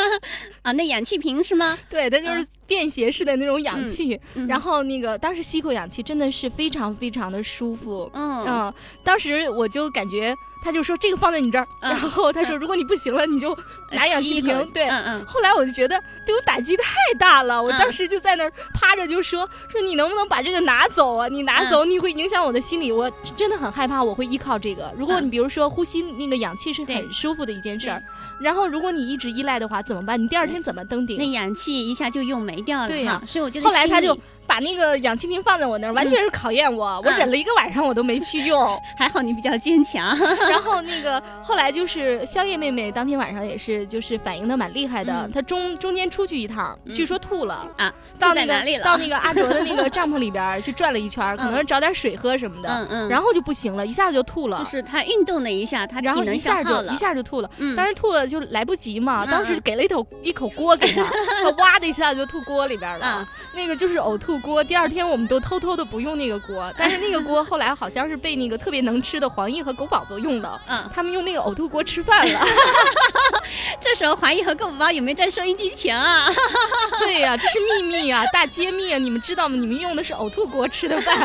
S4: 啊，那氧气瓶是吗？
S3: 对，他就是便携式的那种氧气，
S4: 嗯嗯
S3: 然后那个当时吸口氧气真的是非常非常的舒服，
S4: 嗯
S3: 当时我就感觉他就说这个放在你这儿，然后他说如果你不行了，你就拿氧
S4: 嗯呃吸
S3: 气
S4: 一口嗯
S3: 瓶，对，后来我就觉得对我打击太大了，我当时就在那儿趴着就说说你能不能把这个拿走啊？你
S4: 嗯
S3: 拿走你会影响我的心理，我真的很害怕，我会依靠这个。
S4: 嗯
S3: 如果你比如说呼吸那个氧气是很舒服的一件事儿，然后如果你一直依赖的话怎么办？你第二天怎么登顶？
S4: 那氧气一下就用没掉了
S3: 对
S4: 哈
S3: 呀、
S4: 所以我就是
S3: 后来他
S4: 心里嗯
S3: 就把那个氧气瓶放在我那儿，完全是考验我，我忍了一个晚上我都没去用，
S4: 还好你比较坚强。
S3: 然后那个后来就是宵夜妹妹当天晚上也是就是反应的蛮厉害的，她中中间出去一趟，据说吐了
S4: 嗯啊，
S3: 到
S4: 吐在
S3: 那
S4: 哪里
S3: 个
S4: 了
S3: 到那个阿卓的那 个帐篷里边儿去转了一圈儿，可能是找点水喝什么的，
S4: 嗯嗯
S3: 然后就不行了，一下子就吐了，
S4: 就是他运动了一下，他体
S3: 然后
S4: 能
S3: 一
S4: 消
S3: 下
S4: 耗
S3: 就
S4: 了，
S3: 一下就吐了，
S4: 嗯
S3: 当时吐了就来不及嘛，
S4: 嗯
S3: 当时
S4: 嗯
S3: 给了一口一口锅 给他，他哇的一下就吐锅里边
S4: 嗯
S3: 了，那个就是呕吐锅。第二天我们都偷偷的不用那个
S4: 嗯
S3: 锅，但是那个锅后来好像是被那个特别能吃的黄奕和狗宝宝用了，
S4: 嗯
S3: 他们用那个呕吐锅吃饭了。
S4: 这时候华谊和狗宝有没有在收音机前啊？
S3: 对呀、这是秘密啊，大揭秘啊！你们知道吗？你们用的是呕吐锅吃的 饭。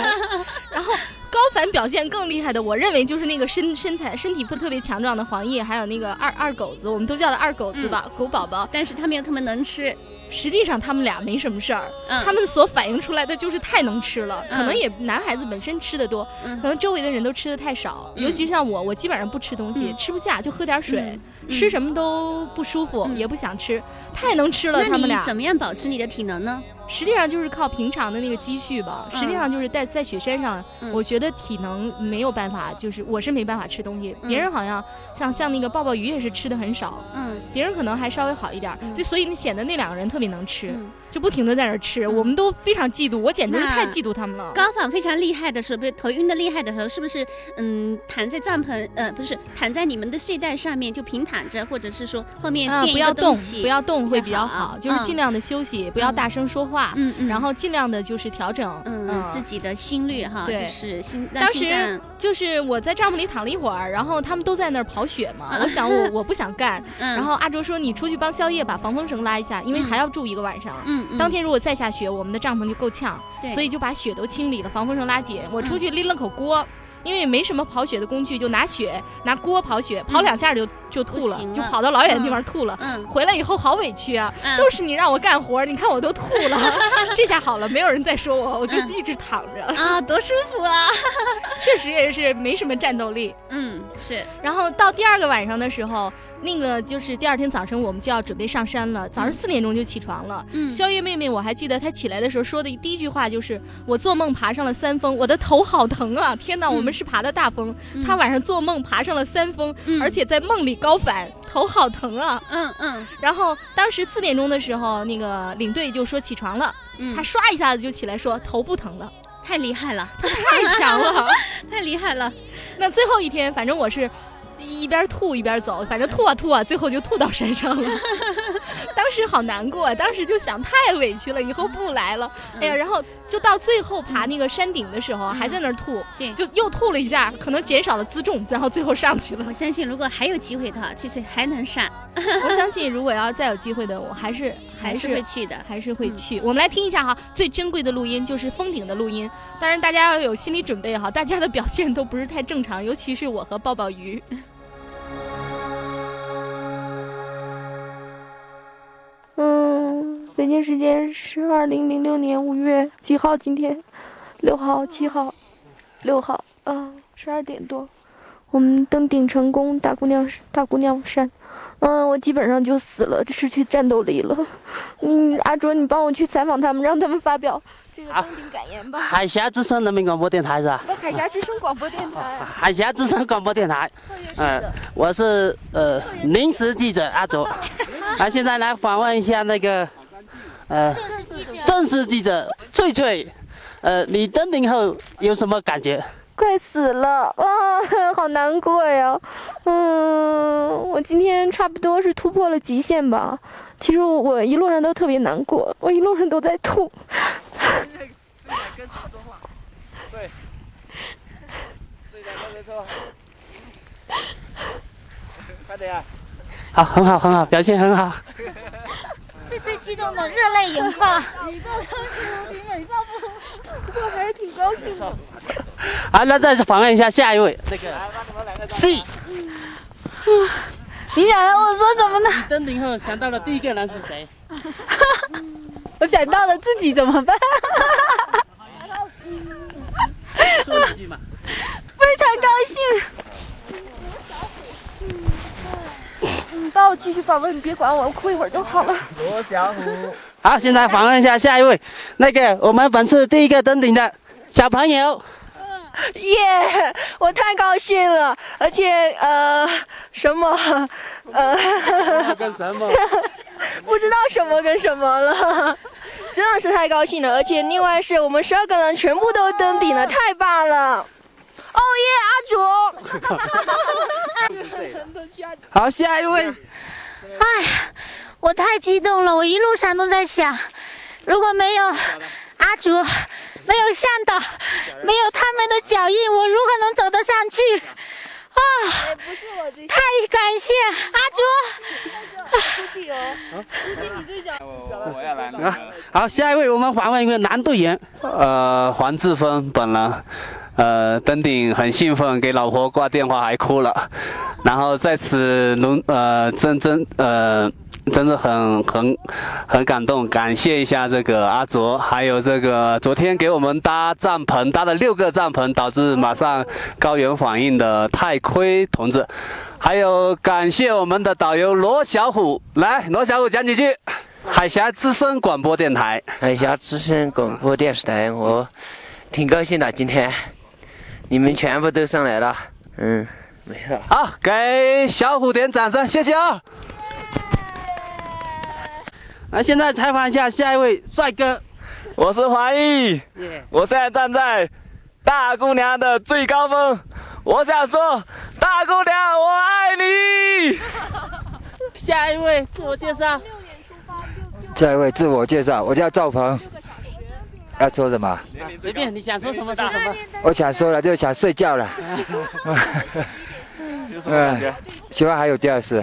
S3: 然后高反表现更厉害的，我认为就是那个身身材身体不特别强壮的黄奕，还有那个二二狗子，我们都叫他二狗子吧，狗宝宝。
S4: 嗯但是他们又特别能吃。
S3: 实际上他们俩没什么事儿，
S4: 嗯
S3: 他们所反映出来的就是太能吃了，
S4: 嗯
S3: 可能也男孩子本身吃的多，可能周围的人都吃的太少，
S4: 嗯
S3: 尤其像我，我基本上不吃东西，
S4: 嗯
S3: 吃不下就喝点水，
S4: 嗯
S3: 吃什么都不舒服，也不想吃，太能吃了。
S4: 那
S3: 他们
S4: 你
S3: 俩
S4: 怎么样保持你的体能呢？
S3: 实际上就是靠平常的那个积蓄吧，
S4: 嗯
S3: 实际上就是在在雪山上，我觉得体能没有办法，就是我是没办法吃东西，
S4: 嗯
S3: 别人好像像像那个鲍鲍鱼也是吃的很少，
S4: 嗯，
S3: 别人可能还稍微好一点儿，就所以显得那两个人特别能吃，
S4: 嗯
S3: 就不停的在那儿吃，我们都非常嫉妒，我简直是
S4: 那
S3: 太嫉妒他们了。
S4: 高反非常厉害的时候，不是头晕的厉害的时候，是不是嗯躺在帐篷呃不是躺在你们的睡袋上面就平躺着，或者是说后面
S3: 啊，
S4: 垫
S3: 不
S4: 一
S3: 要
S4: 个
S3: 动
S4: 东，西，
S3: 不要动会比较
S4: 好
S3: 好，
S4: 啊
S3: 就是
S4: 嗯
S3: 尽量的休息，不要大声说话，
S4: 嗯嗯
S3: 然后尽量的就是调整，
S4: 嗯自己的心率哈，
S3: 对
S4: 就是心让
S3: 当
S4: 心
S3: 时
S4: 脏
S3: 就是我在帐篷里躺了一会儿，然后他们都在那儿跑雪
S4: 啊
S3: 嘛，我想我我不 想干，
S4: 嗯
S3: 然后阿卓说你出去帮宵夜把防风绳拉一下，因为还要住一个晚上。
S4: 嗯嗯
S3: 当天如果再下雪，我们的帐篷就够呛
S4: 对，嗯
S3: 所以就把雪都清理了，防风绳拉紧。我出去拎了口锅。因为也没什么跑雪的工具，就拿雪拿锅跑雪，跑两下就就吐了
S4: 嗯不行，了
S3: 就跑到老远的地方吐了。
S4: 嗯
S3: 回来以后好委屈啊，
S4: 嗯
S3: 都是你让我干活，你看我都吐 了。这下好了，没有人再说我，我就一直躺着。
S4: 嗯啊多舒服 啊，
S3: 确实也是没什么战斗力。
S4: 嗯是
S3: 然后到第二个晚上的时候，那个就是第二天早晨我们就要准备上山了，早上四点钟就起床了。
S4: 嗯
S3: 宵夜妹妹，我还记得她起来的时候说的第一句话就是：“我做梦爬上了三峰，我的头好疼啊！天
S4: 嗯
S3: 哪，我们是爬的大峰，她晚上做梦爬上了三峰，而且在梦里高反，头好疼啊！”
S4: 嗯嗯。
S3: 然后当时四点钟的时候，那个领队就说起床了，他唰一下子就起来说头不疼了。
S4: 嗯太厉害了，
S3: 太强了，
S4: 太厉害了。
S3: 那最后一天，反正我是一边吐一边走，反正吐啊吐啊，最后就吐到山上 了。当时好难过，当时就想太委屈了，以后不来了。
S4: 嗯
S3: 哎呀，然后就到最后爬那个山顶的时候，还在那儿吐，就又吐了一下，可能减少了自重，然后最后上去了。
S4: 我相信如果还有机会的话，其实还能上。
S3: 我相信，如果要再有机会的，我还是
S4: 还是
S3: 是
S4: 会去的，
S3: 还是会
S23: 嗯
S3: 去。我们来听一下哈，最珍贵的录音就是封顶的录音。当然，大家要有心理准备哈，大家的表现都不是太正常，尤其是我和抱抱鱼。
S14: 嗯，北京时间是二零零六年五月几号？今天，六号、七号、六号，
S8: 啊
S14: 嗯，十二点多， 我们登顶成功，大姑娘大姑娘山。嗯，我基本上就死了，失去战斗力了。嗯，阿卓，你帮我去采访他们，让他们发表这个登顶感言吧。
S7: 海峡之声人民广播电台是吧？
S14: 那海峡之声广播电台，
S7: 海峡之声广播电台，嗯、我是呃临时记者阿卓，啊，现在来访问一下那个呃正式记者翠翠，呃，你登顶后有什么感觉？
S14: 快死了啊，好难过呀。嗯，我今天差不多是突破了极限吧。其实我一路上都特别难过，我一路上都在吐。
S7: 对，对的，没错。啊 快点呀！好，很好，很好，表现很好。
S14: 翠
S6: 最激动的热泪盈眶。你这都
S10: 是比美少不， 我还是挺高兴的。
S2: 好，那再次访问一下下一位，那个 C。
S9: 你想让我说什么呢？
S2: 登顶后想到的第一个人是谁？
S9: 我想到了自己怎么办？
S2: 说一句嘛。
S9: 非常高兴。
S10: 你帮我继续访问，你别管我，我哭一会儿就 好了。
S7: 罗小虎，
S9: 哦
S2: 好，现在访问一下下一位，那个我们本次第一个登顶的小朋友，
S23: 耶、我太高兴了，而且呃，什么呃，
S7: 跟什么？
S23: 不知道什么跟什么了，真的是太高兴了。而且另外是我们十二个人全部都登顶了，太棒了！哦耶，阿卓，
S7: 啊
S2: 好，下一位，
S6: 哎，我太激动了，我一路上都在想，如果没有阿竹，没有向导，没有他们的脚印，我如何能走得上去？啊、太感谢阿
S10: 估
S6: 竹！
S10: 计有，估计你最想。
S11: 啊哎我要来
S2: 啊，好，下一位我们访问一位男队员，
S24: 呃，黄志峰本人，呃，登顶很兴奋，给老婆挂电话还哭了，然后在此隆呃真真呃真的很很很感动，感谢一下这个阿卓，还有这个昨天给我们搭帐篷搭了六个帐篷，导致马上高原反应的太亏同志，还有感谢我们的导游罗小虎，来罗小虎讲几句。海峡之声广播电台，
S25: 海峡之声广播电视台，我挺高兴的，今天你们全部都上来了，嗯，没了。
S24: 好，给小虎点掌声，谢谢啊、
S2: 来，现在采访一下下一位帅哥，
S26: 我是华毅，我现在站在大姑娘的最高峰，我想说，大姑娘，我爱 你。
S2: 下一位自我介绍，
S27: 下一位自我介绍，我叫赵鹏。要说什么？
S2: 啊随便你想说什么说什么。
S27: 我想说了，就是想睡觉 了。 嗯
S26: 有什么感觉？
S27: 希望还有第二次。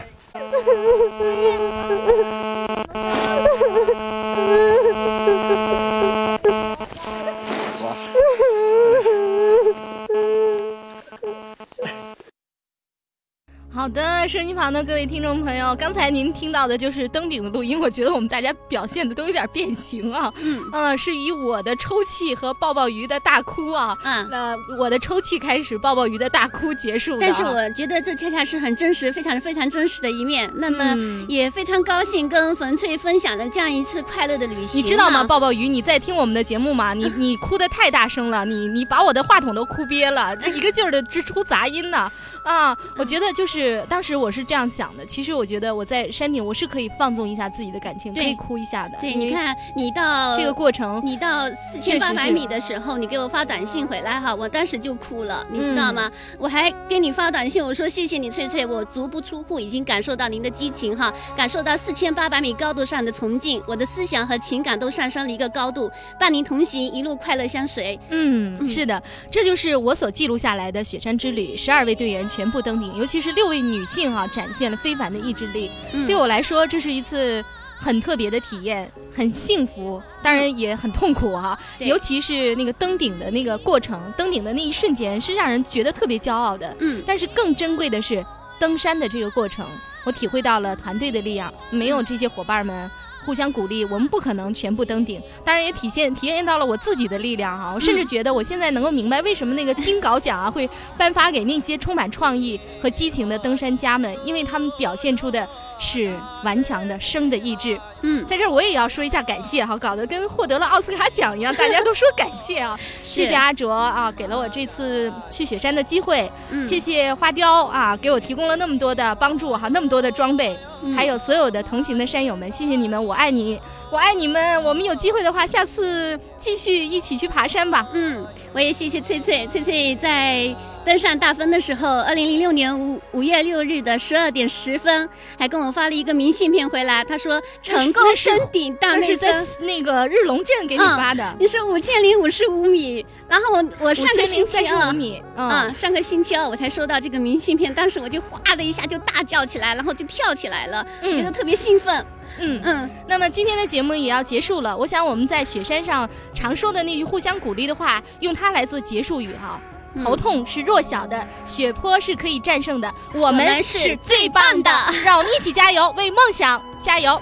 S3: 好的，收音机旁的各位听众朋友，刚才您听到的就是登顶的录音，我觉得我们大家表现的都有点变形啊。嗯，呃，是以我的抽泣和抱抱鱼的大哭啊，嗯，呃，我的抽泣开始，抱抱鱼的大哭结束的啊。
S4: 但是我觉得这恰恰是很真实、非常非常真实的一面。那么也非常高兴跟冯翠分享了这样一次快乐的旅行。啊
S3: 你知道吗，？抱抱鱼，你在听我们的节目吗？你你哭的太大声了，你你把我的话筒都哭憋了，这一个劲儿的支出杂音呢。啊，我觉得就是当时我是这样想的，其实我觉得我在山顶我是可以放纵一下自己的感情，可
S4: 对
S3: 以哭一下的。
S4: 对，
S3: 因为
S4: 你看，你到
S3: 这个过程，
S4: 你到四
S3: 确
S4: 千
S3: 实
S4: 八
S3: 是
S4: 百米的时候，你给我发短信回来哈，我当时就哭了，你知道
S3: 嗯
S4: 吗？我还给你发短信，我说谢谢你，翠翠，我足不出户已经感受到您的激情哈，感受到四千八百米高度上的崇敬，我的思想和情感都上升了一个高度，伴您同行，一路快乐相随。
S3: 嗯，是的，这就是我所记录下来的雪山之旅，十二位队员全部登顶，尤其是六位女性啊，展现了非凡的意志力。
S4: 嗯
S3: 对我来说，这是一次很特别的体验，很幸福，当然也很痛苦哈、
S4: 对
S3: 尤其是那个登顶的那个过程，登顶的那一瞬间是让人觉得特别骄傲的。
S4: 嗯，
S3: 但是更珍贵的是登山的这个过程，我体会到了团队的力量，没有这些伙伴们。互相鼓励，我们不可能全部登顶，当然也体现体验到了我自己的力量啊哈、我甚至觉得我现在能够明白为什么那个金稿奖啊会颁发给那些充满创意和激情的登山家们，因为他们表现出的是顽强的生的意志。
S4: 嗯，
S3: 在这儿我也要说一下感谢哈、搞得跟获得了奥斯卡奖一样，大家都说感谢啊，谢谢阿卓啊，给了我这次去雪山的机会，
S4: 嗯
S3: 谢谢花雕啊，给我提供了那么多的帮助哈、那么多的装备。
S4: 嗯
S3: 还有所有的同行的山友们，谢谢你们，我爱你，我爱你们。我们有机会的话，下次继续一起去爬山吧。
S4: 嗯，我也谢谢翠翠，翠翠在登上大峰的时候，二零零六年五五月六日的十二点十分，还跟我发了一个明信片回来，她说成功
S3: 那是
S4: 登顶大
S3: 那
S4: 内
S3: 是在
S4: 峰。
S3: 那个日龙镇给你发的
S4: 嗯，你说五千零五十五米，然后我我上个星期二
S3: 5035米嗯
S4: 啊、上个星期二我才收到这个明信片，当时我就哗的一下就大叫起来，然后就跳起来了，
S3: 嗯
S4: 觉得特别兴奋。
S3: 嗯嗯。那么今天的节目也要结束了，我想我们在雪山上常说的那句互相鼓励的话，用它来做结束语哈。
S4: 嗯
S3: 头痛是弱小的，血泊是可以战胜的，我
S4: 们
S3: 们
S4: 是
S3: 最棒
S4: 的
S3: 让我们一起加油，为梦想加油！